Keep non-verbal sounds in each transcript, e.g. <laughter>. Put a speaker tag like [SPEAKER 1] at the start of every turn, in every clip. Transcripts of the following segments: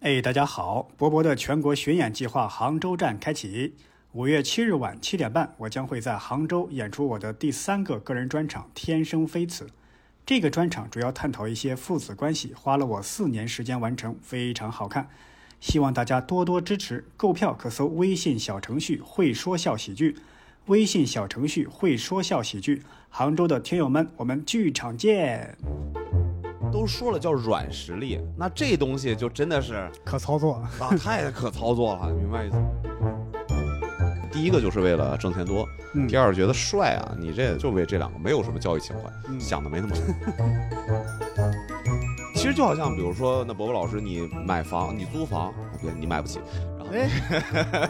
[SPEAKER 1] 哎，大家好！博博的全国巡演计划杭州站开启，五月七日晚七点半，我将会在杭州演出我的第三个个人专场《天生非此》。这个专场主要探讨一些父子关系，花了我四年时间完成，非常好看。希望大家多多支持。购票可搜微信小程序“会说笑喜剧”，微信小程序“会说笑喜剧”。杭州的听友们，我们剧场见！
[SPEAKER 2] 都说了叫软实力，那这东西就真的是
[SPEAKER 1] 可操作， <laughs>
[SPEAKER 2] 啊，太可操作了，明白意思？第一个就是为了挣钱多，
[SPEAKER 1] 嗯
[SPEAKER 2] 第二觉得帅啊，你这就为这两个没有什么教育情怀，
[SPEAKER 1] 嗯
[SPEAKER 2] 想的没那么多。
[SPEAKER 1] <laughs>
[SPEAKER 2] 其实就好像，比如说，那伯伯老师，你买房，你租房，别你买不起，然后
[SPEAKER 1] 哎，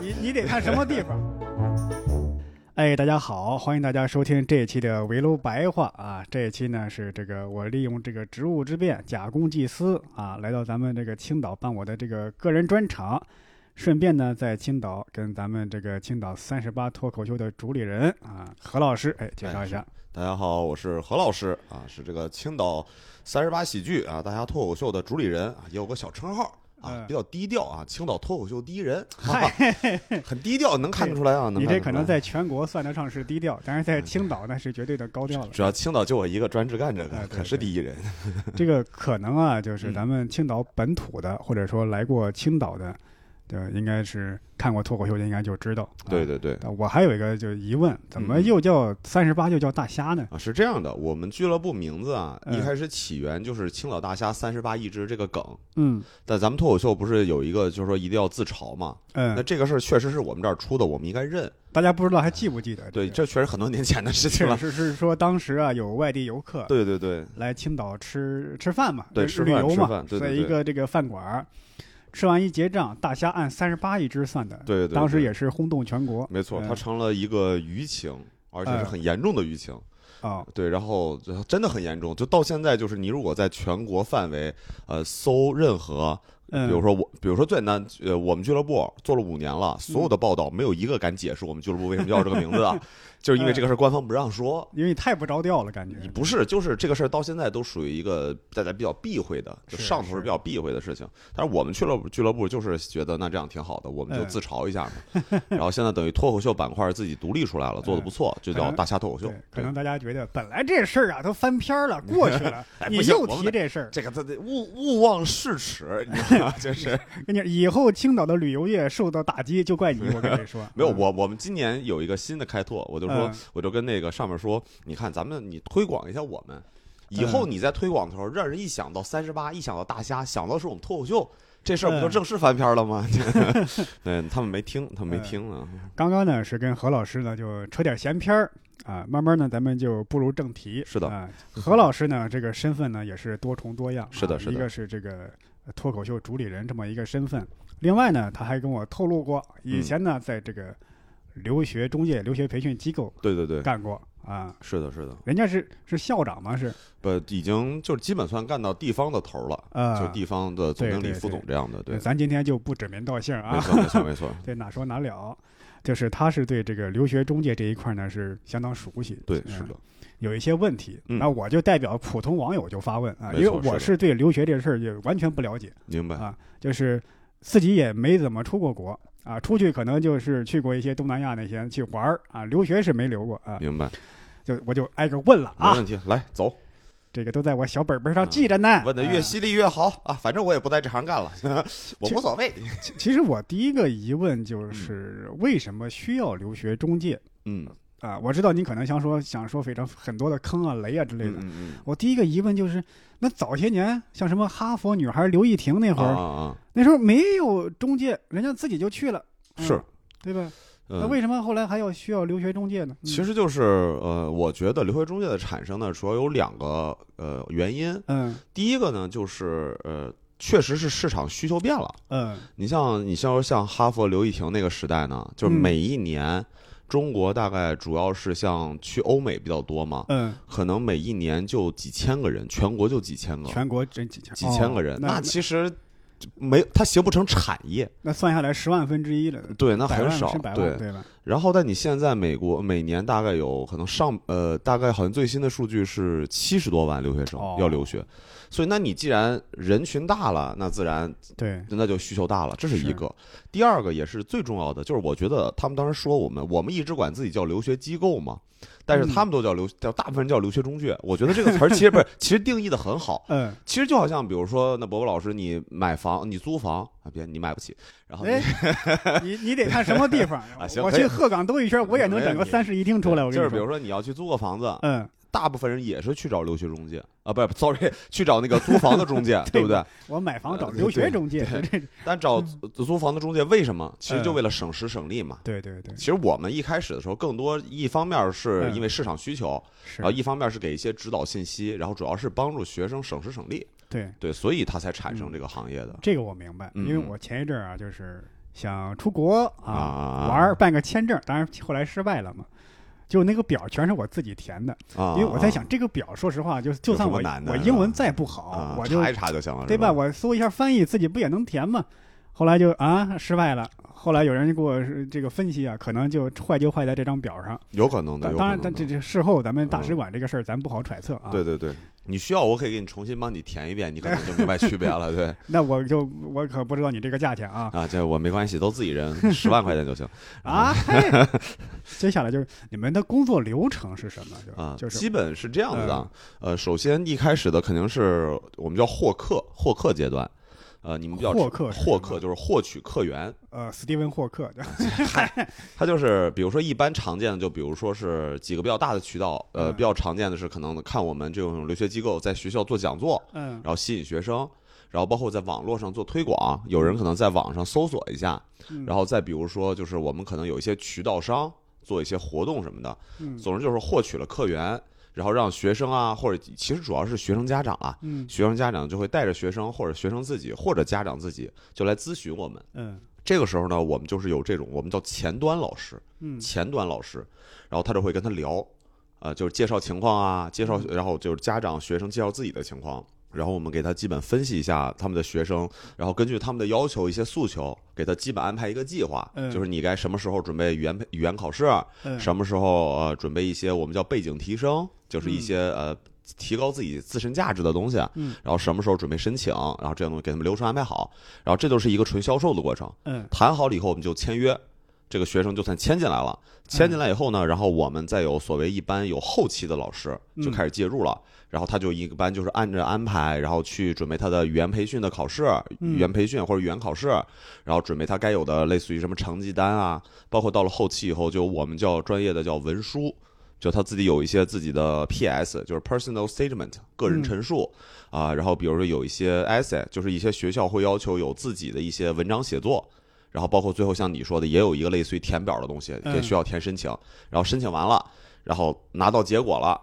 [SPEAKER 1] 你你得看什么地方？ <laughs> 哎，大家好，欢迎大家收听这一期的围炉白话啊。这一期呢是这个我利用这个职务之便，假公济私啊，来到咱们这个青岛办我的这个个人专场，顺便呢在青岛跟咱们这个青岛三十八脱口秀的主理人啊何老师哎介绍一下。
[SPEAKER 2] 大家好，我是何老师啊，是这个青岛三十八喜剧啊大家脱口秀的主理人啊，也有个小称号啊
[SPEAKER 1] 嗯，
[SPEAKER 2] 比较低调啊，青岛脱口秀第一人，哈
[SPEAKER 1] 嗨
[SPEAKER 2] 哈，很低调，能看得出来啊，
[SPEAKER 1] <laughs>
[SPEAKER 2] 能
[SPEAKER 1] 你这
[SPEAKER 2] 看嗯得出
[SPEAKER 1] 可
[SPEAKER 2] 来
[SPEAKER 1] 能在全国算得上是低调，但是在青岛那是绝对的高调了。
[SPEAKER 2] 主要青岛就我一个专职干这
[SPEAKER 1] 哎
[SPEAKER 2] 个，
[SPEAKER 1] 对
[SPEAKER 2] 可是第一人。 <laughs>
[SPEAKER 1] 这个可能啊，就是
[SPEAKER 2] 嗯
[SPEAKER 1] 咱们青岛本土的，或者说来过青岛的，对，应该是看过脱口秀的，应该就知道。啊
[SPEAKER 2] 对。对对，
[SPEAKER 1] 啊我还有一个就是疑问，怎么
[SPEAKER 2] 嗯
[SPEAKER 1] 又叫三十八又叫大虾呢？
[SPEAKER 2] 啊，是这样的，我们俱乐部名字啊，
[SPEAKER 1] 嗯
[SPEAKER 2] 一开始起源就是青岛大虾三十八一只这个梗，
[SPEAKER 1] 嗯
[SPEAKER 2] 但咱们脱口秀不是有一个就是说一定要自嘲嘛？那
[SPEAKER 1] 嗯，
[SPEAKER 2] 这个事儿确实是我们这儿出的，我们应该认。
[SPEAKER 1] 大家不知道还记不记得？
[SPEAKER 2] 对，
[SPEAKER 1] 这
[SPEAKER 2] 这确实很多年前的事情
[SPEAKER 1] 确
[SPEAKER 2] 了。
[SPEAKER 1] 实是说当时啊，有外地游客
[SPEAKER 2] 对对对，
[SPEAKER 1] 来青岛吃吃饭嘛，
[SPEAKER 2] 对
[SPEAKER 1] 旅
[SPEAKER 2] 吃
[SPEAKER 1] 旅
[SPEAKER 2] 饭
[SPEAKER 1] 游
[SPEAKER 2] 吃
[SPEAKER 1] 嘛，
[SPEAKER 2] 饭对对
[SPEAKER 1] 在一
[SPEAKER 2] 对
[SPEAKER 1] 个这个饭馆儿，吃完一结账，大虾按三十八一只算的，
[SPEAKER 2] 对对对
[SPEAKER 1] 当时也是轰动全国。
[SPEAKER 2] 没错，
[SPEAKER 1] 嗯
[SPEAKER 2] 它成了一个舆情，而且是很严重的舆情。
[SPEAKER 1] 啊，
[SPEAKER 2] 对，然后然后真的很严重，就到现在就是你如果在全国范围呃搜任何。
[SPEAKER 1] 嗯
[SPEAKER 2] 比如说我，比如说最简单，呃，我们俱乐部做了五年了，所
[SPEAKER 1] 嗯
[SPEAKER 2] 有的报道没有一个敢解释我们俱乐部为什么叫这个名字的， <laughs> 就是因为这个事儿官方不让说。
[SPEAKER 1] 因为你太不着调了，感觉。
[SPEAKER 2] 不是，就是这个事儿到现在都属于一个大家比较避讳的，就是上头
[SPEAKER 1] 是
[SPEAKER 2] 是比较避讳的事情。但是我们俱乐部俱乐部就是觉得那这样挺好的，我们就
[SPEAKER 1] 嗯
[SPEAKER 2] 自嘲一下嘛。然后现在等于脱口秀板块自己独立出来了，做的不错，就
[SPEAKER 1] 可
[SPEAKER 2] 叫
[SPEAKER 1] 能
[SPEAKER 2] 大虾脱口秀
[SPEAKER 1] 对。，可
[SPEAKER 2] 对
[SPEAKER 1] 能大家觉得本来这事儿啊都翻篇儿了，过去了
[SPEAKER 2] <laughs> 哎，
[SPEAKER 1] 你
[SPEAKER 2] 不行
[SPEAKER 1] 又
[SPEAKER 2] 我们
[SPEAKER 1] 提
[SPEAKER 2] 得
[SPEAKER 1] 这事儿，
[SPEAKER 2] 这个他得勿勿忘世耻，你知道吗？就是，
[SPEAKER 1] 跟你以后青岛的旅游业受到打击就怪你，我跟你说
[SPEAKER 2] <laughs> 没有我我们今年有一个新的开拓，我就说
[SPEAKER 1] 嗯
[SPEAKER 2] 我就跟那个上面说，你看咱们你推广一下我们，以后
[SPEAKER 1] 嗯
[SPEAKER 2] 你在推广的时候，让人一想到三十八，一想到大虾，想到是我们脱口秀。这事儿不就
[SPEAKER 1] 嗯
[SPEAKER 2] 正式翻篇
[SPEAKER 1] <laughs>
[SPEAKER 2] 了吗？对， <laughs> 他们没听，他们没
[SPEAKER 1] 嗯
[SPEAKER 2] 听啊。
[SPEAKER 1] 嗯刚刚呢是跟何老师呢就扯点闲篇儿啊，慢慢呢咱们就步入正题。
[SPEAKER 2] 是的
[SPEAKER 1] 啊，何老师呢这个身份呢也是多重多样啊，
[SPEAKER 2] 是的是的
[SPEAKER 1] 一个是这个呃脱口秀主理人这么一个身份，另外呢他还跟我透露过，
[SPEAKER 2] 嗯
[SPEAKER 1] 以前呢在这个留学中介留学培训机构
[SPEAKER 2] 对对对，
[SPEAKER 1] 干过啊，
[SPEAKER 2] 是的，是的，
[SPEAKER 1] 人家是是校长吗？是
[SPEAKER 2] 不，已经就基本算干到地方的头了，
[SPEAKER 1] 啊，
[SPEAKER 2] 就地方的总
[SPEAKER 1] 对
[SPEAKER 2] 经
[SPEAKER 1] 对
[SPEAKER 2] 理、副
[SPEAKER 1] 对
[SPEAKER 2] 总这样的。对，
[SPEAKER 1] 咱今天就不指名道姓
[SPEAKER 2] 没
[SPEAKER 1] 啊，
[SPEAKER 2] 错，没错，没错。
[SPEAKER 1] <laughs> 对哪说哪了，就是他是对这个留学中介这一块呢 <laughs> 是相当熟悉，
[SPEAKER 2] 对，
[SPEAKER 1] 嗯
[SPEAKER 2] 是的，
[SPEAKER 1] 有一些问题，
[SPEAKER 2] 嗯
[SPEAKER 1] 那我就代表普通网友就发问啊，因
[SPEAKER 2] 没错
[SPEAKER 1] 为
[SPEAKER 2] 是
[SPEAKER 1] 我
[SPEAKER 2] 的
[SPEAKER 1] 是对留学这事儿也完全不了解，
[SPEAKER 2] 明白。
[SPEAKER 1] 就是自己也没怎么出过国啊，出去可能就是去过一些东南亚那些去玩儿啊，留学是没留过啊，
[SPEAKER 2] 明白，
[SPEAKER 1] 就我就挨个问了
[SPEAKER 2] 没
[SPEAKER 1] 啊，
[SPEAKER 2] 问题，来走，
[SPEAKER 1] 这个都在我小本本上记着呢，
[SPEAKER 2] <laughs> 问的
[SPEAKER 1] 啊
[SPEAKER 2] 越犀利越好啊！反正我也不在这行干 <laughs> 了，我无所谓。
[SPEAKER 1] 其啊其实我第一个疑问就是为什么需要留学中介？
[SPEAKER 2] 嗯，
[SPEAKER 1] 啊，我知道你可能想说想说非常很多的坑啊、雷啊之类
[SPEAKER 2] 嗯
[SPEAKER 1] 的。
[SPEAKER 2] 嗯
[SPEAKER 1] 我第一个疑问就是，那早些年像什么哈佛女孩刘亦婷那
[SPEAKER 2] 嗯，
[SPEAKER 1] 会
[SPEAKER 2] 啊
[SPEAKER 1] 儿，
[SPEAKER 2] 啊啊，
[SPEAKER 1] 那时候没有中介，人家自己就去了，嗯
[SPEAKER 2] 是，
[SPEAKER 1] 对吧？那
[SPEAKER 2] 嗯。
[SPEAKER 1] 为什么后来还要需要留学中介呢？嗯
[SPEAKER 2] 其，实就是呃，我觉得留学中介的产生呢，主要有两个呃原因。
[SPEAKER 1] 嗯
[SPEAKER 2] 第一个呢，就是呃，确实是市场需求变了。
[SPEAKER 1] 嗯
[SPEAKER 2] 你像你像像哈佛刘亦婷那个时代呢，就是
[SPEAKER 1] 嗯
[SPEAKER 2] 每一年，中国大概主要是像去欧美比较多嘛，
[SPEAKER 1] 嗯，
[SPEAKER 2] 可能每哦一年就几千个人，全国就几千个，
[SPEAKER 1] 全国真几千
[SPEAKER 2] 几千个人，
[SPEAKER 1] 哦那
[SPEAKER 2] 其实没它形不成产业，
[SPEAKER 1] 那算下来十万分之一了，
[SPEAKER 2] 对，那
[SPEAKER 1] 百
[SPEAKER 2] 很
[SPEAKER 1] 万
[SPEAKER 2] 少
[SPEAKER 1] 是百，
[SPEAKER 2] 对
[SPEAKER 1] 万，对吧？
[SPEAKER 2] 然后，但你现在美国每年大概有可能上呃，大概好像最新的数据是七十多万留学生
[SPEAKER 1] 哦
[SPEAKER 2] 要留学，所以那你既然人群大了，那自然
[SPEAKER 1] 对，
[SPEAKER 2] 那就需求大了，这是一
[SPEAKER 1] 是
[SPEAKER 2] 个。第二个也是最重要的，就是我觉得他们当时说我们，我们一直管自己叫留学机构嘛，但是
[SPEAKER 1] 嗯
[SPEAKER 2] 他们都叫留叫大部分人叫留学中介，我觉得这个词儿其实不是，其实定义的很好。
[SPEAKER 1] 嗯，
[SPEAKER 2] 其实就好像，比如说，那伯伯老师，你买房，你租房啊，别你买不起，然后你
[SPEAKER 1] 哎，你你得看什么地方
[SPEAKER 2] <laughs> 啊行
[SPEAKER 1] 我
[SPEAKER 2] 可以
[SPEAKER 1] 去鹤岗兜一圈，我也能整
[SPEAKER 2] 没问
[SPEAKER 1] 个
[SPEAKER 2] 题
[SPEAKER 1] 三室一厅出来。我
[SPEAKER 2] 就
[SPEAKER 1] 跟
[SPEAKER 2] 是
[SPEAKER 1] 你
[SPEAKER 2] 比如
[SPEAKER 1] 说，
[SPEAKER 2] 说你要去租个房子，
[SPEAKER 1] 嗯，
[SPEAKER 2] 大部分人也是去找留学中介啊，不是，sorry，去找那个租房的中
[SPEAKER 1] <laughs>
[SPEAKER 2] 介，对不对？
[SPEAKER 1] 我买房找
[SPEAKER 2] 呃
[SPEAKER 1] 留学
[SPEAKER 2] 对
[SPEAKER 1] 中介，这
[SPEAKER 2] 但找租租房的中介为什么？其实就
[SPEAKER 1] 嗯
[SPEAKER 2] 为了省时省力嘛。
[SPEAKER 1] 对对对，
[SPEAKER 2] 其实我们一开始的时候，更多一方面是
[SPEAKER 1] 嗯
[SPEAKER 2] 因为市场需求，
[SPEAKER 1] <laughs> 是
[SPEAKER 2] 然后，一方面是给一些指导信息，然后主要是帮助学生省时省力，
[SPEAKER 1] 对
[SPEAKER 2] 对，所以它才产
[SPEAKER 1] 嗯
[SPEAKER 2] 生这个行业的。
[SPEAKER 1] 这个我明白，因为
[SPEAKER 2] 嗯嗯
[SPEAKER 1] 我前一阵儿啊，就是想出国啊
[SPEAKER 2] 啊
[SPEAKER 1] 玩儿办个签证，当然后来失败了嘛。就那个表全是我自己填的，
[SPEAKER 2] 啊，
[SPEAKER 1] 因为我在想这个表，说实话，就就算我
[SPEAKER 2] 有什么难的
[SPEAKER 1] 我
[SPEAKER 2] 是吧
[SPEAKER 1] 英文再不
[SPEAKER 2] 啊，啊
[SPEAKER 1] 好，我就
[SPEAKER 2] 查一查就行了，
[SPEAKER 1] 对
[SPEAKER 2] 是吧？
[SPEAKER 1] 我搜一下翻译，自己不也能填吗？后来就啊失败了。后来有人给我是这个分析啊，可能就坏就坏在这张表上。
[SPEAKER 2] 有可能的，
[SPEAKER 1] 当
[SPEAKER 2] 有
[SPEAKER 1] 当
[SPEAKER 2] 可
[SPEAKER 1] 然，
[SPEAKER 2] 能
[SPEAKER 1] 但这
[SPEAKER 2] 的。
[SPEAKER 1] 这事后咱们大
[SPEAKER 2] 嗯
[SPEAKER 1] 使馆这个事儿咱不好揣测啊。
[SPEAKER 2] 对，对对，你需要我可以给你重新帮你填一遍，你可能就明白区别
[SPEAKER 1] <laughs>
[SPEAKER 2] 了。对
[SPEAKER 1] 那我就我可不知道你这个价钱啊
[SPEAKER 2] 啊，这我没关系，都自己人，十万块钱
[SPEAKER 1] <laughs>
[SPEAKER 2] 就行。 <laughs>
[SPEAKER 1] 啊！嘿接下来就是你们的工作流程是什么？就
[SPEAKER 2] 啊，
[SPEAKER 1] 就是嗯
[SPEAKER 2] 基本是这样子的。呃，首先一开始的肯定是我们叫获客，获客阶段。呃，你们比较
[SPEAKER 1] 获客是
[SPEAKER 2] 获
[SPEAKER 1] 什么
[SPEAKER 2] 客就是获取客源，
[SPEAKER 1] 呃，史蒂文霍克， <laughs>
[SPEAKER 2] 它就是比如说一般常见的，就比如说是几个比较大的渠道，呃，
[SPEAKER 1] 嗯
[SPEAKER 2] 比较常见的是可能看我们这种留学机构在学校做讲座，
[SPEAKER 1] 嗯
[SPEAKER 2] 然后吸引学生。然后包括在网络上做推广，有人可能在网上搜索一下，
[SPEAKER 1] 嗯
[SPEAKER 2] 然后再比如说就是我们可能有一些渠道商做一些活动什么的，
[SPEAKER 1] 嗯
[SPEAKER 2] 总之就是获取了客源，然后让学生啊，或者其实主要是学生家长啊，
[SPEAKER 1] 嗯
[SPEAKER 2] 学生家长就会带着学生或者学生自己或者家长自己就来咨询我们。
[SPEAKER 1] 嗯
[SPEAKER 2] 这个时候呢，我们就是有这种我们叫前端老师，
[SPEAKER 1] 嗯
[SPEAKER 2] 前端老师，然后他就会跟他聊，呃，就是介绍情况啊，介
[SPEAKER 1] 嗯
[SPEAKER 2] 绍，然后就是家长学生介绍自己的情况。然后我们给他基本分析一下他们的学生，然后根据他们的要求、一些诉求，给他基本安排一个计划，
[SPEAKER 1] 嗯
[SPEAKER 2] 就是你该什么时候准备语言培语言考试，
[SPEAKER 1] 嗯，
[SPEAKER 2] 什么时候呃准备一些我们叫背景提升，就是一些呃提高自己自身价值的东西，
[SPEAKER 1] 嗯
[SPEAKER 2] 然后什么时候准备申请，然后这样东西给他们流程安排好，然后这就是一个纯销售的过程。
[SPEAKER 1] 嗯
[SPEAKER 2] 谈好了以后，我们就签约，这个学生就算签进来了。
[SPEAKER 1] 嗯
[SPEAKER 2] 签进来以后呢，然后我们再有所谓一般有后期的老师
[SPEAKER 1] 嗯
[SPEAKER 2] 就开始介入了，然后他就一个班就是按着安排，然后去准备他的语言培训的考试，
[SPEAKER 1] 嗯
[SPEAKER 2] 语言培训或者语言考试，然后准备他该有的类似于什么成绩单啊，包括到了后期以后，就我们叫专业的叫文书。就他自己有一些自己的 P.S，就是 personal statement 个人陈述啊，然后比如说有一些 essay，就是一些学校会要求有自己的一些文章写作，然后包括最后像你说的，也有一个类似于填表的东西，
[SPEAKER 1] 嗯
[SPEAKER 2] 也需要填申请。然后申请完了，然后拿到结果了，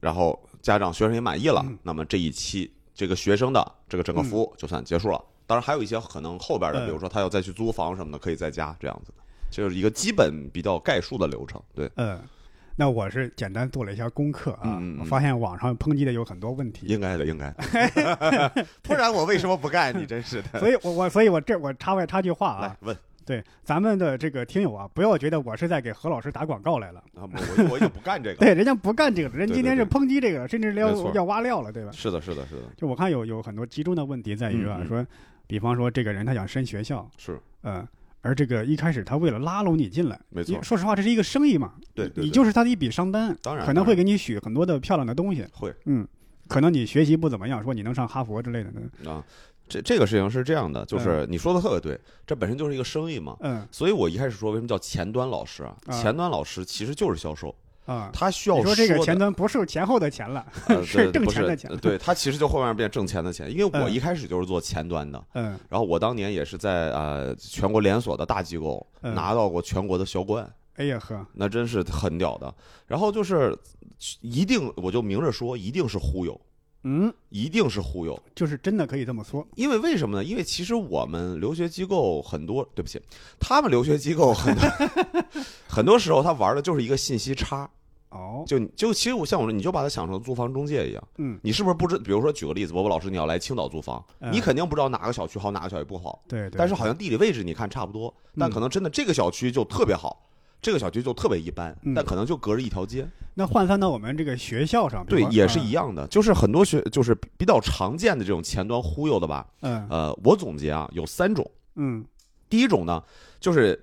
[SPEAKER 2] 然后家长学生也满意了
[SPEAKER 1] 嗯，
[SPEAKER 2] 那么这一期这个学生的这个整个服务就算结束了。当然还有一些可能后边的，
[SPEAKER 1] 嗯
[SPEAKER 2] 比如说他要再去租房什么的，可以在家这样子的，这就是一个基本比较概述的流程。对，
[SPEAKER 1] 嗯。那我是简单做了一下功课啊，
[SPEAKER 2] 嗯嗯嗯
[SPEAKER 1] 我发现网上抨击的有很多问
[SPEAKER 2] <laughs>
[SPEAKER 1] 题，
[SPEAKER 2] 应该的，应该。
[SPEAKER 1] <laughs>
[SPEAKER 2] 不然我为什么不干？你真是的。
[SPEAKER 1] 所以我我所以我这我插外插句话啊
[SPEAKER 2] <laughs> 来，问
[SPEAKER 1] 对咱们的这个听友啊，不要觉得我是在给何老师打广告来了。
[SPEAKER 2] 啊，我我已经不干这个。
[SPEAKER 1] 对，人家不干这个的，人
[SPEAKER 2] 对
[SPEAKER 1] 今天
[SPEAKER 2] 对
[SPEAKER 1] 是
[SPEAKER 2] 对
[SPEAKER 1] 抨击这个，甚至要
[SPEAKER 2] 没错
[SPEAKER 1] 要挖料 <laughs> 了，对吧？
[SPEAKER 2] 是的，是的，是的，
[SPEAKER 1] 就我看有有很多集中的问题在于啊，
[SPEAKER 2] 嗯嗯
[SPEAKER 1] 说，比方说这个人他想升学校，
[SPEAKER 2] 是
[SPEAKER 1] 嗯，而这个一开始他为了拉拢你进来，
[SPEAKER 2] 没错
[SPEAKER 1] 因为说实话，这是一个生意嘛，
[SPEAKER 2] 对对
[SPEAKER 1] 你
[SPEAKER 2] 对
[SPEAKER 1] 就是他的一笔商单，
[SPEAKER 2] 当然
[SPEAKER 1] 可
[SPEAKER 2] 当
[SPEAKER 1] 能会
[SPEAKER 2] 然
[SPEAKER 1] 给你许很多的漂亮的东西，
[SPEAKER 2] 会。
[SPEAKER 1] 嗯，可能你学习不怎么样，说你能上哈佛之类的，嗯
[SPEAKER 2] 啊，这这个事情是这样的，就是你说的特别对，这本身就是一个生意嘛。
[SPEAKER 1] 嗯
[SPEAKER 2] 所以我一开始说为什么叫前端老师啊？
[SPEAKER 1] 啊
[SPEAKER 2] 前端老师其实就是销售，
[SPEAKER 1] 啊，
[SPEAKER 2] 他需要
[SPEAKER 1] 你说这个
[SPEAKER 2] 的
[SPEAKER 1] 前端不是前后的钱了，
[SPEAKER 2] 呃
[SPEAKER 1] 是
[SPEAKER 2] 对
[SPEAKER 1] 挣
[SPEAKER 2] 不
[SPEAKER 1] 钱的钱
[SPEAKER 2] 呃对他其实就后面变挣钱的钱，因为我
[SPEAKER 1] 嗯
[SPEAKER 2] 一开始就是做前端的。
[SPEAKER 1] 嗯
[SPEAKER 2] 然后我当年也是在呃全国连锁的大机构
[SPEAKER 1] 嗯
[SPEAKER 2] 拿到过全国的销冠，
[SPEAKER 1] 哎呀呵，
[SPEAKER 2] 那真是很屌的。然后就是一定，我就明着说，一定是忽悠，
[SPEAKER 1] 嗯，
[SPEAKER 2] 一定是忽悠。
[SPEAKER 1] 就是真的可以这么说，
[SPEAKER 2] 因为为什么呢？因为其实我们留学机构很多，对
[SPEAKER 1] <laughs>
[SPEAKER 2] 不起，他们留学机构很多，很多时候他玩的就是一个信息差。
[SPEAKER 1] 哦，
[SPEAKER 2] 就就其实我像我说，你就把它想成租房中介一样，
[SPEAKER 1] 嗯，
[SPEAKER 2] 你是不是不知？比如说举个例子，波波老师，你要来青岛租房，
[SPEAKER 1] 嗯
[SPEAKER 2] 你肯定不知道哪个小区好，哪个小区不好，
[SPEAKER 1] 对对，嗯
[SPEAKER 2] 但是好像地理位置你看差不多，但可能真的这个小区就特别好，这个小区就特别一般
[SPEAKER 1] 嗯，
[SPEAKER 2] 但可能就隔着一条街，
[SPEAKER 1] 那换算到我们这个学校上，比
[SPEAKER 2] 对
[SPEAKER 1] 如，说
[SPEAKER 2] 也是一，样的，就是很多学就是比较常见的这种前端忽悠的吧，
[SPEAKER 1] 嗯
[SPEAKER 2] 呃，我总结啊有三种，
[SPEAKER 1] 嗯
[SPEAKER 2] 第一种呢就是，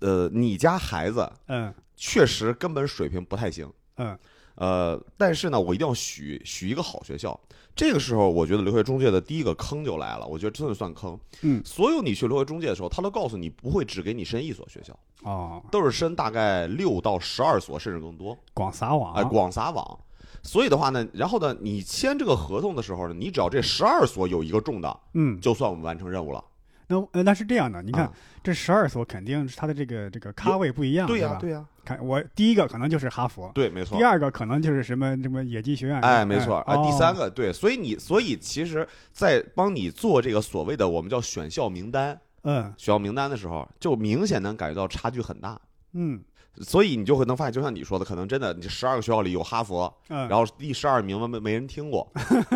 [SPEAKER 2] 呃，你家孩子
[SPEAKER 1] 嗯
[SPEAKER 2] 确实根本水平不太行。
[SPEAKER 1] 嗯
[SPEAKER 2] 呃，但是呢，我一定要许许一个好学校。这个时候，我觉得留学中介的第一个坑就来了，我觉得真的算坑。
[SPEAKER 1] 嗯
[SPEAKER 2] 所有你去留学中介的时候，他都告诉你不会只给你申一所学校，
[SPEAKER 1] 哦，
[SPEAKER 2] 都是申大概六到十二所，甚至更多，
[SPEAKER 1] 广撒网，
[SPEAKER 2] 哎、广撒网。所以的话呢，然后呢，你签这个合同的时候呢，你只要这十二所有一个中的，
[SPEAKER 1] 嗯，
[SPEAKER 2] 就算我们完成任务了。
[SPEAKER 1] 那呃那是这样的，你看
[SPEAKER 2] 啊
[SPEAKER 1] 这十二所肯定是它的这个这个咖位不一样，
[SPEAKER 2] 对呀、
[SPEAKER 1] 吧？
[SPEAKER 2] 对呀、
[SPEAKER 1] 看我第一个可能就是哈佛，
[SPEAKER 2] 对，没错
[SPEAKER 1] 第。二个可能就是什么什么野鸡学院，
[SPEAKER 2] 哎，没错，哎，
[SPEAKER 1] 哦
[SPEAKER 2] 第三个对，所以你，所以其实，在帮你做这个所谓的我们叫选校名单，
[SPEAKER 1] 嗯
[SPEAKER 2] 学校名单的时候，就明显能感觉到差距很大。
[SPEAKER 1] 嗯
[SPEAKER 2] 所以你就会能发现，就像你说的，可能真的你十二个学校里有哈佛，
[SPEAKER 1] 嗯，
[SPEAKER 2] 然后第十二名没没人听过，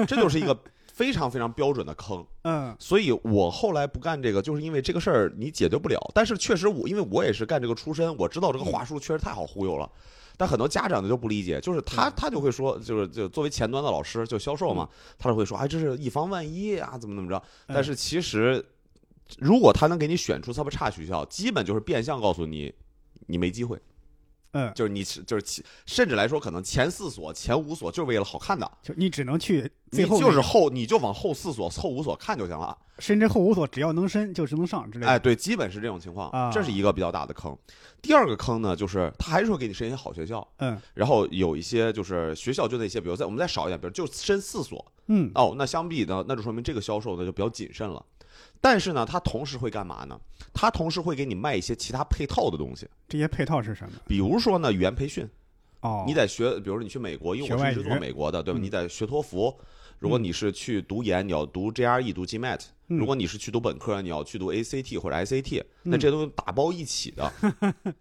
[SPEAKER 2] 这就是一个非常非常标准的坑。
[SPEAKER 1] 嗯
[SPEAKER 2] 所以我后来不干这个，就是因为这个事儿你解决不了。但是确实我，因为我也是干这个出身，我知道这个话术确实太好忽悠了。但很多家长呢就不理解，就是
[SPEAKER 1] 嗯
[SPEAKER 2] 他他就会说，就是就作为前端的老师，就销售嘛，他就会说，哎，这是以防万一啊，怎么怎么着。
[SPEAKER 1] 嗯
[SPEAKER 2] 但是其实，如果他能给你选出差不差学校，基本就是变相告诉你，你没机会。
[SPEAKER 1] 嗯，
[SPEAKER 2] 就是你是就是其甚至来说，可能前四所、前五所就是为了好看的，
[SPEAKER 1] 就你只能去
[SPEAKER 2] 你
[SPEAKER 1] 最后
[SPEAKER 2] 就是后你就往后四所、后五所看就行了。
[SPEAKER 1] 深圳后五所，只要能申就是能上之类的，
[SPEAKER 2] 哎，对，基本是这种情况，
[SPEAKER 1] 啊
[SPEAKER 2] 这是一个比较大的坑。第二个坑呢，就是他还是会给你申一些好学校，
[SPEAKER 1] 嗯
[SPEAKER 2] 然后有一些就是学校就那些，比如在我们再少一点，比如就申四所
[SPEAKER 1] 嗯
[SPEAKER 2] 哦，那相比呢，那就说明这个销售呢就比较谨慎了。但是呢，他同时会干嘛呢？他同时会给你卖一些其他配套的东西，
[SPEAKER 1] 这些配套是什么？
[SPEAKER 2] 比如说呢，语言培训，
[SPEAKER 1] 哦，
[SPEAKER 2] 你得学，比如说你去美国，因为我
[SPEAKER 1] 学外
[SPEAKER 2] 是
[SPEAKER 1] 语
[SPEAKER 2] 一直做美国的，对吧？
[SPEAKER 1] 嗯
[SPEAKER 2] 你得学托福。如果你是去读研，你要读 GRE、读 GMAT；
[SPEAKER 1] 嗯嗯
[SPEAKER 2] 如果你是去读本科，你要去读 ACT 或者 SAT。那这些东西打包一起的，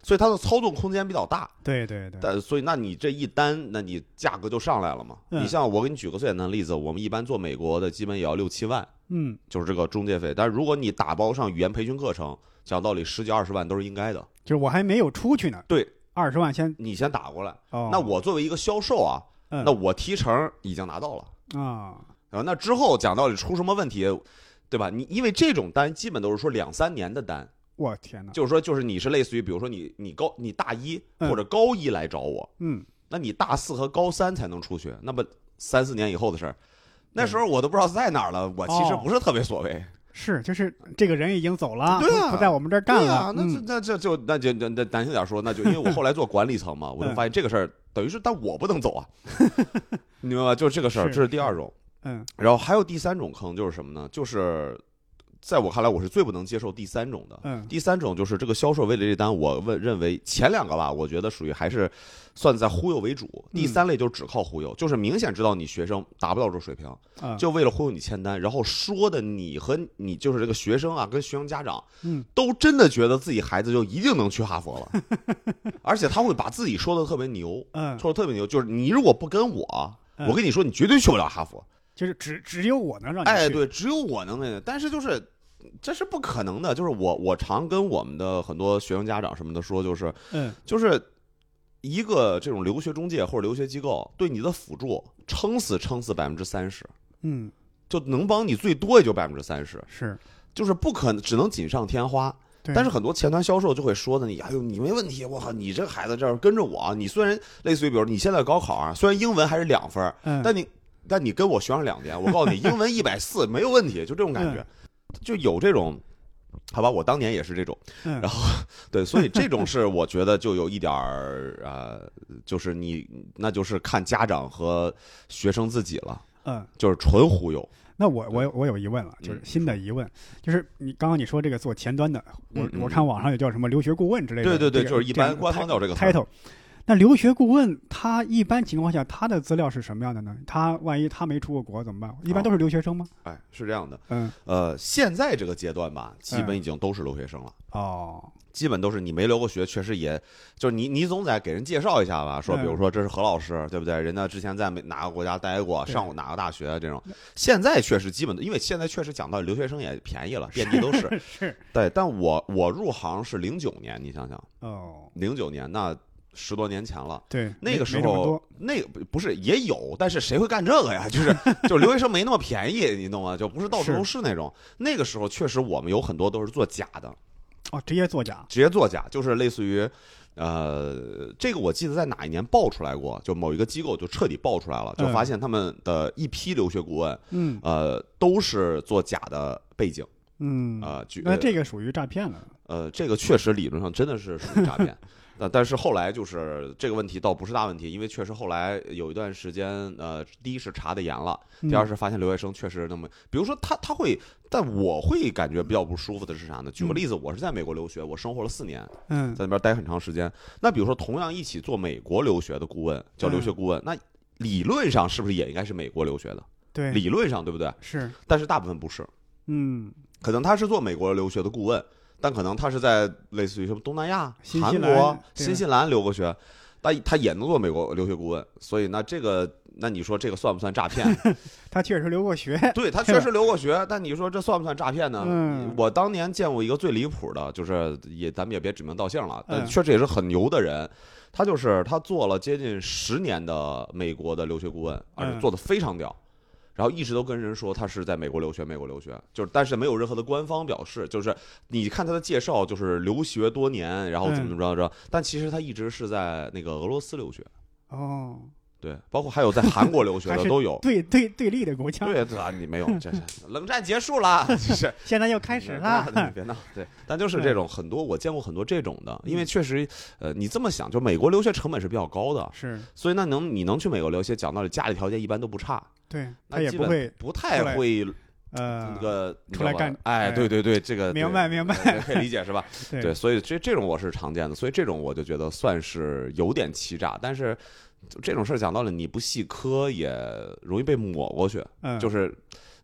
[SPEAKER 2] 所以它的操作空间比较大。
[SPEAKER 1] 对 <laughs> 对对，
[SPEAKER 2] 但所以，那你这一单，那你价格就上来了嘛？
[SPEAKER 1] 嗯
[SPEAKER 2] 你像我给你举个最简单的例子，我们一般做美国的，基本也要六七万，
[SPEAKER 1] 嗯，
[SPEAKER 2] 就是这个中介费。但是如果你打包上语言培训课程，讲道理十几二十万都是应该的。
[SPEAKER 1] 就是我还没有出去呢，
[SPEAKER 2] 对，
[SPEAKER 1] 二十万先
[SPEAKER 2] 你先打过来，
[SPEAKER 1] 哦，
[SPEAKER 2] 那我作为一个销售啊，
[SPEAKER 1] 嗯
[SPEAKER 2] 那我提成已经拿到了。
[SPEAKER 1] 啊
[SPEAKER 2] 啊，那之后讲道理出什么问题，对吧？你因为这种单基本都是说两三年的单，
[SPEAKER 1] 我天哪，
[SPEAKER 2] 就是说就是你是类似于，比如说你你高你大一
[SPEAKER 1] 嗯
[SPEAKER 2] 或者高一来找我，
[SPEAKER 1] 嗯，
[SPEAKER 2] 那你大四和高三才能出去，那么三四年以后的事儿，那时候我都不知道在哪儿了，我其实
[SPEAKER 1] 哦
[SPEAKER 2] 不是特别所谓。
[SPEAKER 1] 是，就是这个人已经走了，
[SPEAKER 2] 对啊
[SPEAKER 1] 不不在我们这儿干
[SPEAKER 2] 对
[SPEAKER 1] 了，
[SPEAKER 2] 呀，那这
[SPEAKER 1] 嗯
[SPEAKER 2] 那这就那就那那难听点说，那就因为我后来做管理层嘛，我
[SPEAKER 1] 嗯
[SPEAKER 2] 就发现这个事儿等于是，但我不
[SPEAKER 1] <laughs>
[SPEAKER 2] 能走啊，你明白吧？就是这个事儿，
[SPEAKER 1] 是
[SPEAKER 2] 这是第二种。
[SPEAKER 1] 嗯
[SPEAKER 2] 然后还有第三种坑就是什么呢？就是在我看来，我是最不能接受第三种的。
[SPEAKER 1] 嗯
[SPEAKER 2] 第三种就是这个销售为了这单，我问认为前两个吧，我觉得属于还是算在忽悠为主。
[SPEAKER 1] 嗯
[SPEAKER 2] 第三类就只靠忽悠，就是明显知道你学生达不到这水平，
[SPEAKER 1] 嗯，
[SPEAKER 2] 就为了忽悠你签单，然后说的你和你就是这个学生啊，跟学生家长，
[SPEAKER 1] 嗯，
[SPEAKER 2] 都真的觉得自己孩子就一定能去哈佛了，
[SPEAKER 1] <laughs>
[SPEAKER 2] 而且他会把自己说的特别牛，
[SPEAKER 1] 嗯，
[SPEAKER 2] 说的特别牛，就是你如果不跟我，
[SPEAKER 1] 嗯
[SPEAKER 2] 我跟你说，你绝对去不了哈佛。
[SPEAKER 1] 就是只只有我能让你
[SPEAKER 2] 哎，
[SPEAKER 1] 去，
[SPEAKER 2] 对，只有我能那个，但是就是这是不可能的。就是我我常跟我们的很多学生家长什么的说，就是
[SPEAKER 1] 嗯
[SPEAKER 2] 就是一个这种留学中介或者留学机构对你的辅助，撑死撑死百分之三十，
[SPEAKER 1] 嗯
[SPEAKER 2] 就能帮你最多也就百分之三十，
[SPEAKER 1] 是，
[SPEAKER 2] 就是不可能只能锦上添花。
[SPEAKER 1] 对
[SPEAKER 2] 但是很多前端销售就会说的你，哎呦，你没问题，我靠，你这孩子这儿跟着我啊，你虽然类似于比如你现在高考啊，虽然英文还是两分儿，
[SPEAKER 1] 嗯
[SPEAKER 2] 但你但你跟我学上两年，我
[SPEAKER 1] <laughs>
[SPEAKER 2] 告诉你，英文一百四没有问题，就这种感
[SPEAKER 1] 嗯
[SPEAKER 2] 觉，就有这种。好吧，我当年也是这种，
[SPEAKER 1] 嗯
[SPEAKER 2] 然后对，所以这种是我觉得就有一点儿呃，就是你那就是看家长和学生自己了，
[SPEAKER 1] 嗯。
[SPEAKER 2] 就是纯忽悠。
[SPEAKER 1] 那我我有我有疑问了，就是
[SPEAKER 2] 嗯
[SPEAKER 1] 新的疑问，就是你刚刚你说这个做前端的，我
[SPEAKER 2] 嗯嗯
[SPEAKER 1] 我看网上有叫什么留学顾问之类的，
[SPEAKER 2] 对对对，
[SPEAKER 1] 这个
[SPEAKER 2] 就是一
[SPEAKER 1] 这个
[SPEAKER 2] 般官方叫这个词儿
[SPEAKER 1] title。那留学顾问他一般情况下他的资料是什么样的呢？他万一他没出过国怎么办？
[SPEAKER 2] 哦
[SPEAKER 1] 一般都是留学生吗？
[SPEAKER 2] 哎，是这样的，
[SPEAKER 1] 嗯，
[SPEAKER 2] 呃，现在这个阶段吧，基本已经都是留学生了。
[SPEAKER 1] 哦，
[SPEAKER 2] 基本都是你没留过学，确实也就是你，你总得给人介绍一下吧。说，
[SPEAKER 1] 嗯
[SPEAKER 2] 比如说这是何老师，对不对？人家之前在美哪个国家待过，
[SPEAKER 1] 对嗯
[SPEAKER 2] 上过哪个大学这种。现在确实基本，因为现在确实讲到留学生也便宜了，遍地都是。
[SPEAKER 1] 是
[SPEAKER 2] <laughs> 对，但我我入行是零九年，你想想，
[SPEAKER 1] 哦，
[SPEAKER 2] 零九年那十多年前了。
[SPEAKER 1] 对，
[SPEAKER 2] 那
[SPEAKER 1] 没
[SPEAKER 2] 个时
[SPEAKER 1] 没这么
[SPEAKER 2] 候
[SPEAKER 1] 多，
[SPEAKER 2] 那个不不是也有，但是谁会干这个呀？ <laughs> 就是就是留学生没那么便宜，你懂吗？就不是到处
[SPEAKER 1] 是
[SPEAKER 2] 都是那种。那个时候确实我们有很多都是做假的，
[SPEAKER 1] 哦，职业作家
[SPEAKER 2] 职业作假，就是类似于，呃，这个我记得在哪一年爆出来过，就某一个机构就彻底爆出来了，就
[SPEAKER 1] 嗯
[SPEAKER 2] 发现他们的一批留学顾问，
[SPEAKER 1] 嗯
[SPEAKER 2] 呃，都是做假的背景，
[SPEAKER 1] 嗯
[SPEAKER 2] 呃，举
[SPEAKER 1] 那这个属于诈骗了，
[SPEAKER 2] 呃，这个确实理论上真的是属于诈
[SPEAKER 1] <laughs>
[SPEAKER 2] 骗。那但是后来就是这个问题倒不是大问题，因为确实后来有一段时间，呃，第一是查的严了，
[SPEAKER 1] 嗯
[SPEAKER 2] 第二是发现留学生确实那么，比如说他他会，但我会感觉比较不舒服的是啥呢？举个
[SPEAKER 1] 嗯
[SPEAKER 2] 例子，我是在美国留学，我生活了四年，
[SPEAKER 1] 嗯
[SPEAKER 2] 在那边待很长时间。那比如说，同样一起做美国留学的顾问叫
[SPEAKER 1] 嗯
[SPEAKER 2] 留学顾问，那理论上是不是也应该是美国留学的？
[SPEAKER 1] 对
[SPEAKER 2] 理论上对不对？
[SPEAKER 1] 是
[SPEAKER 2] 但是大部分不是，
[SPEAKER 1] 嗯
[SPEAKER 2] 可能他是做美国留学的顾问，但可能他是在类似于什么东南亚、
[SPEAKER 1] 新西
[SPEAKER 2] 韩
[SPEAKER 1] 兰
[SPEAKER 2] 国、
[SPEAKER 1] 对
[SPEAKER 2] 新西兰留过学。但他也能做美国留学顾问，所以那这个，那你说这个算不算诈骗？
[SPEAKER 1] 他确实留过学，
[SPEAKER 2] <laughs> 对他确实留过学，但你说这算不算诈骗呢？
[SPEAKER 1] 嗯
[SPEAKER 2] 我当年见过一个最离谱的，就是也咱们也别指名道姓了，但
[SPEAKER 1] 嗯
[SPEAKER 2] 确实也是很牛的人。他就是他做了接近十年的美国的留学顾问，而且
[SPEAKER 1] 嗯
[SPEAKER 2] 做的非常屌。然后一直都跟人说他是在美国留学，美国留学，就是但是没有任何的官方表示，就是你看他的介绍，就是留学多年，然后
[SPEAKER 1] 嗯
[SPEAKER 2] 怎么怎么着着，但其实他一直是在那个俄罗斯留学，
[SPEAKER 1] 哦，
[SPEAKER 2] 对，包括还有在韩国留
[SPEAKER 1] <laughs>
[SPEAKER 2] 学
[SPEAKER 1] 还
[SPEAKER 2] 的
[SPEAKER 1] 是
[SPEAKER 2] 都有，
[SPEAKER 1] 对对对立的国家，
[SPEAKER 2] <laughs> 对，这你
[SPEAKER 1] <laughs>
[SPEAKER 2] 没有，这是冷战结束了，就是
[SPEAKER 1] 现在又 <laughs> 开始
[SPEAKER 2] 你别闹
[SPEAKER 1] 了， <laughs>
[SPEAKER 2] 你别闹，对，但就是这种很多，我见过很多这种的，因为
[SPEAKER 1] 嗯
[SPEAKER 2] 确实，呃，你这么想，就美国留学成本是比较高的，
[SPEAKER 1] 是
[SPEAKER 2] 所以那能你能去美国留学，讲道理，家里条件一般都不差，
[SPEAKER 1] 对
[SPEAKER 2] 那
[SPEAKER 1] 他也
[SPEAKER 2] 基
[SPEAKER 1] 不
[SPEAKER 2] 本
[SPEAKER 1] 会
[SPEAKER 2] 不太会这
[SPEAKER 1] 呃，
[SPEAKER 2] 个你知
[SPEAKER 1] 出来
[SPEAKER 2] 道吧
[SPEAKER 1] 干
[SPEAKER 2] 哎，
[SPEAKER 1] 哎
[SPEAKER 2] 对对对，这个
[SPEAKER 1] 明白明白，
[SPEAKER 2] 白，可以理解是吧？对，
[SPEAKER 1] <laughs> 对
[SPEAKER 2] 所以这这种我是常见的，所以这种我就觉得算是有点欺诈，但是这种事儿讲道理，你不细磕也容易被抹过去。
[SPEAKER 1] 嗯
[SPEAKER 2] 就是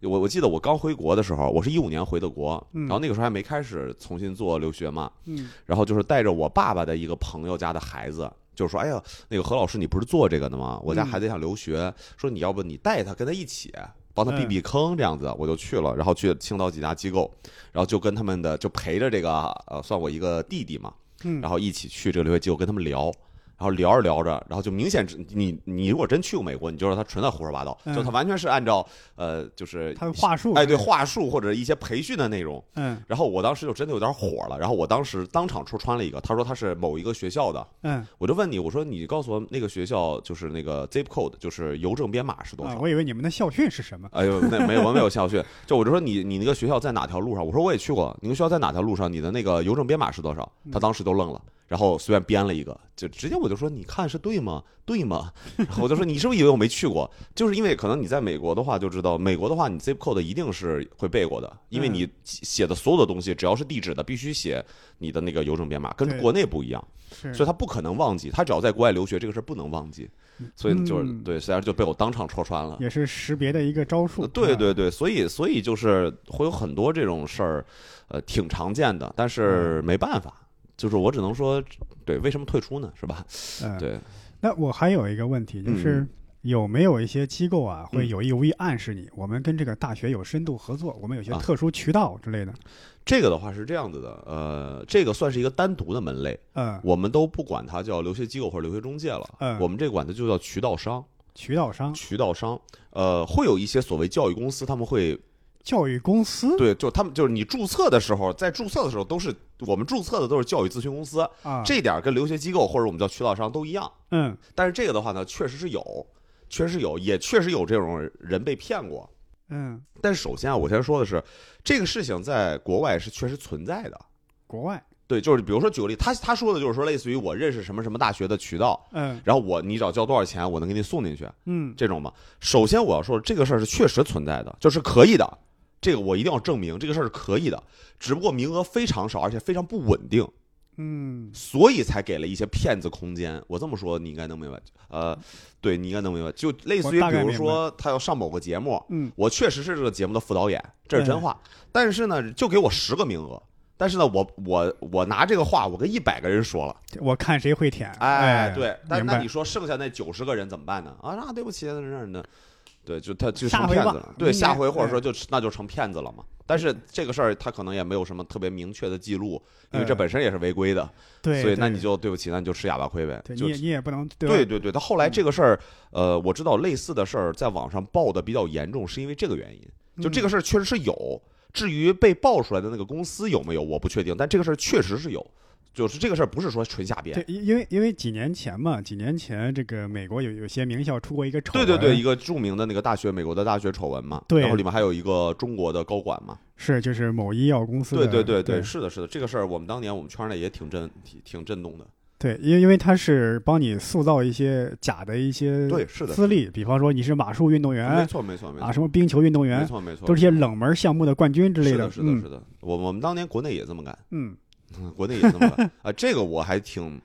[SPEAKER 2] 我我记得我刚回国的时候，我是一五年回的国，
[SPEAKER 1] 嗯
[SPEAKER 2] 然后那个时候还没开始重新做留学嘛，
[SPEAKER 1] 嗯
[SPEAKER 2] 然后就是带着我爸爸的一个朋友家的孩子。就是说，哎呀，那个何老师，你不是做这个的吗？我家
[SPEAKER 1] 嗯
[SPEAKER 2] 孩子想留学，说你要不你带他跟他一起，帮他避
[SPEAKER 1] 嗯
[SPEAKER 2] 避坑这样子，我就去了，然后去青岛几家机构，然后就跟他们的就陪着这个呃，算我一个弟弟嘛，
[SPEAKER 1] 嗯
[SPEAKER 2] 然后一起去这个留学机构跟他们聊，然后聊着聊着，然后就明显知你你如果真去过美国，你就知道他纯在胡说八道，
[SPEAKER 1] 嗯
[SPEAKER 2] 就他完全是按照呃就是
[SPEAKER 1] 他的话术
[SPEAKER 2] 哎对话术或者一些培训的内容。
[SPEAKER 1] 嗯
[SPEAKER 2] 然后我当时就真的有点火了，然后我当时当场戳穿了一个，他说他是某一个学校的，
[SPEAKER 1] 嗯
[SPEAKER 2] 我就问你，我说你告诉我那个学校就是那个 zip code 就是邮政编码是多
[SPEAKER 1] 啊，
[SPEAKER 2] 少？
[SPEAKER 1] 我以为你们的校训是什么？
[SPEAKER 2] 哎呦，那没有，我没有校训。就我就说你你那个学校在哪条路上？我说我也去过，你们学校在哪条路上？你的那个邮政编码是多少？他当时都愣了，然后随便编了一个，就直接我就说你看是对吗？对吗？ <laughs> 然后我就说你是不是以为我没去过？就是因为可能你在美国的话就知道，美国的话你 zip code 一定是会背过的，因为
[SPEAKER 1] 嗯
[SPEAKER 2] 你写的所有的东西只要是地址的，必须写你的那个邮政编码，跟
[SPEAKER 1] 对
[SPEAKER 2] 国内不一样。
[SPEAKER 1] 是
[SPEAKER 2] 所以他不可能忘记，他只要在国外留学，这个事儿不能忘记，所以就是、
[SPEAKER 1] 嗯
[SPEAKER 2] 对，实际上就被我当场戳穿了。
[SPEAKER 1] 也是识别的一个招数，
[SPEAKER 2] 呃对
[SPEAKER 1] 是吧，
[SPEAKER 2] 对对，所以所以就是会有很多这种事儿，呃，挺常见的，但是没办法，就是我只能说，对，为什么退出呢？是吧？
[SPEAKER 1] 嗯，
[SPEAKER 2] 对，
[SPEAKER 1] 那我还有一个问题，就是
[SPEAKER 2] 嗯
[SPEAKER 1] 有没有一些机构啊，
[SPEAKER 2] 嗯
[SPEAKER 1] 会有意无意暗示你，我们跟这个大学有深度合作，我们有些
[SPEAKER 2] 啊
[SPEAKER 1] 特殊渠道之类的？
[SPEAKER 2] 这个的话是这样子的，呃，这个算是一个单独的门类，
[SPEAKER 1] 嗯，
[SPEAKER 2] 我们都不管它叫留学机构或者留学中介了，
[SPEAKER 1] 嗯
[SPEAKER 2] 我们这管它就叫渠道商，
[SPEAKER 1] 渠道商、
[SPEAKER 2] <laughs> 渠道商，呃，会有一些所谓教育公司，他们会
[SPEAKER 1] 教育公司
[SPEAKER 2] 对，就他们就是你注册的时候，在注册的时候都是我们注册的都是教育咨询公司，
[SPEAKER 1] 啊，
[SPEAKER 2] 这点儿跟留学机构或者我们叫渠道商都一样。
[SPEAKER 1] 嗯
[SPEAKER 2] 但是这个的话呢，确实是有，确实有，也确实有这种人被骗过。
[SPEAKER 1] 嗯，
[SPEAKER 2] 但是首先啊，我先说的是，这个事情在国外是确实存在的。
[SPEAKER 1] 国外
[SPEAKER 2] 对，就是比如说举个例，他他说的就是说，类似于我认识什么什么大学的渠道，
[SPEAKER 1] 嗯
[SPEAKER 2] 然后我你只要交多少钱，我能给你送进去，
[SPEAKER 1] 嗯
[SPEAKER 2] 这种嘛。首先我要说，这个事儿是确实存在的，就是可以的。这个我一定要证明，这个事儿是可以的，只不过名额非常少，而且非常不稳定。
[SPEAKER 1] 嗯，
[SPEAKER 2] 所以才给了一些骗子空间。我这么说，你应该能明白。呃，对你应该能明白，就类似
[SPEAKER 1] 我
[SPEAKER 2] 于
[SPEAKER 1] 大
[SPEAKER 2] 比
[SPEAKER 1] 概
[SPEAKER 2] 如
[SPEAKER 1] 明
[SPEAKER 2] 说他要上某个节目，
[SPEAKER 1] 嗯，
[SPEAKER 2] 我确实是这个节目的副导演，这是真话。但是呢，就给我十个名额。但是呢，我我我拿这个话，我跟一百个人说了，
[SPEAKER 1] 我看谁会舔。
[SPEAKER 2] 哎，
[SPEAKER 1] 哎，
[SPEAKER 2] 对。但
[SPEAKER 1] 明
[SPEAKER 2] 那
[SPEAKER 1] 白
[SPEAKER 2] 你。说剩下那九十个人怎么办呢？啊，那对不起，那那那，对，就他就
[SPEAKER 1] 下
[SPEAKER 2] 成
[SPEAKER 1] 回
[SPEAKER 2] 骗
[SPEAKER 1] 吧
[SPEAKER 2] 子了。对，
[SPEAKER 1] 应该
[SPEAKER 2] 下回或者说就那就成骗子了嘛。但是这个事儿他可能也没有什么特别明确的记录，因为这
[SPEAKER 1] 嗯
[SPEAKER 2] 本身也是违规的。
[SPEAKER 1] 对，
[SPEAKER 2] 所以那
[SPEAKER 1] 对
[SPEAKER 2] 你就对不起，那你就吃哑巴亏呗。
[SPEAKER 1] 对，
[SPEAKER 2] 就
[SPEAKER 1] 你也你也不能对吧嗯
[SPEAKER 2] 对对对，他后来这个事儿，呃，我知道类似的事儿在网上报的比较严重，是因为这个原
[SPEAKER 1] 嗯
[SPEAKER 2] 因。就这个事儿确实是有，至于被爆出来的那个公司有没有，我不确定，但这个事儿确实是有，就是这个事儿不是说纯瞎编
[SPEAKER 1] 对，。因因为因为几年前嘛，几年前这个美国有有些名校出过一个丑
[SPEAKER 2] 对
[SPEAKER 1] 闻，
[SPEAKER 2] 对对，一个著名的那个大学，美国的大学丑闻嘛，
[SPEAKER 1] 对
[SPEAKER 2] 然后里面还有一个中国的高管嘛，
[SPEAKER 1] 是就是某医药公司
[SPEAKER 2] 对
[SPEAKER 1] 的，
[SPEAKER 2] 对对
[SPEAKER 1] 对
[SPEAKER 2] 是的，是的，这个事儿我们当年我们圈内也挺震，挺挺震动的，
[SPEAKER 1] 对，因为因为它是帮你塑造一些假的一些
[SPEAKER 2] 对，是的，
[SPEAKER 1] 资历，比方说你是马术运动
[SPEAKER 2] 没
[SPEAKER 1] 员
[SPEAKER 2] 错没错没错
[SPEAKER 1] 啊，，什么冰球运动
[SPEAKER 2] 没
[SPEAKER 1] 员，
[SPEAKER 2] 错没错，
[SPEAKER 1] 都是些冷门项目的冠军之类
[SPEAKER 2] 是的，是的，
[SPEAKER 1] 嗯
[SPEAKER 2] 是的。我我们当年国内也这么干，
[SPEAKER 1] 嗯，
[SPEAKER 2] 国内也这么干啊。这个我还挺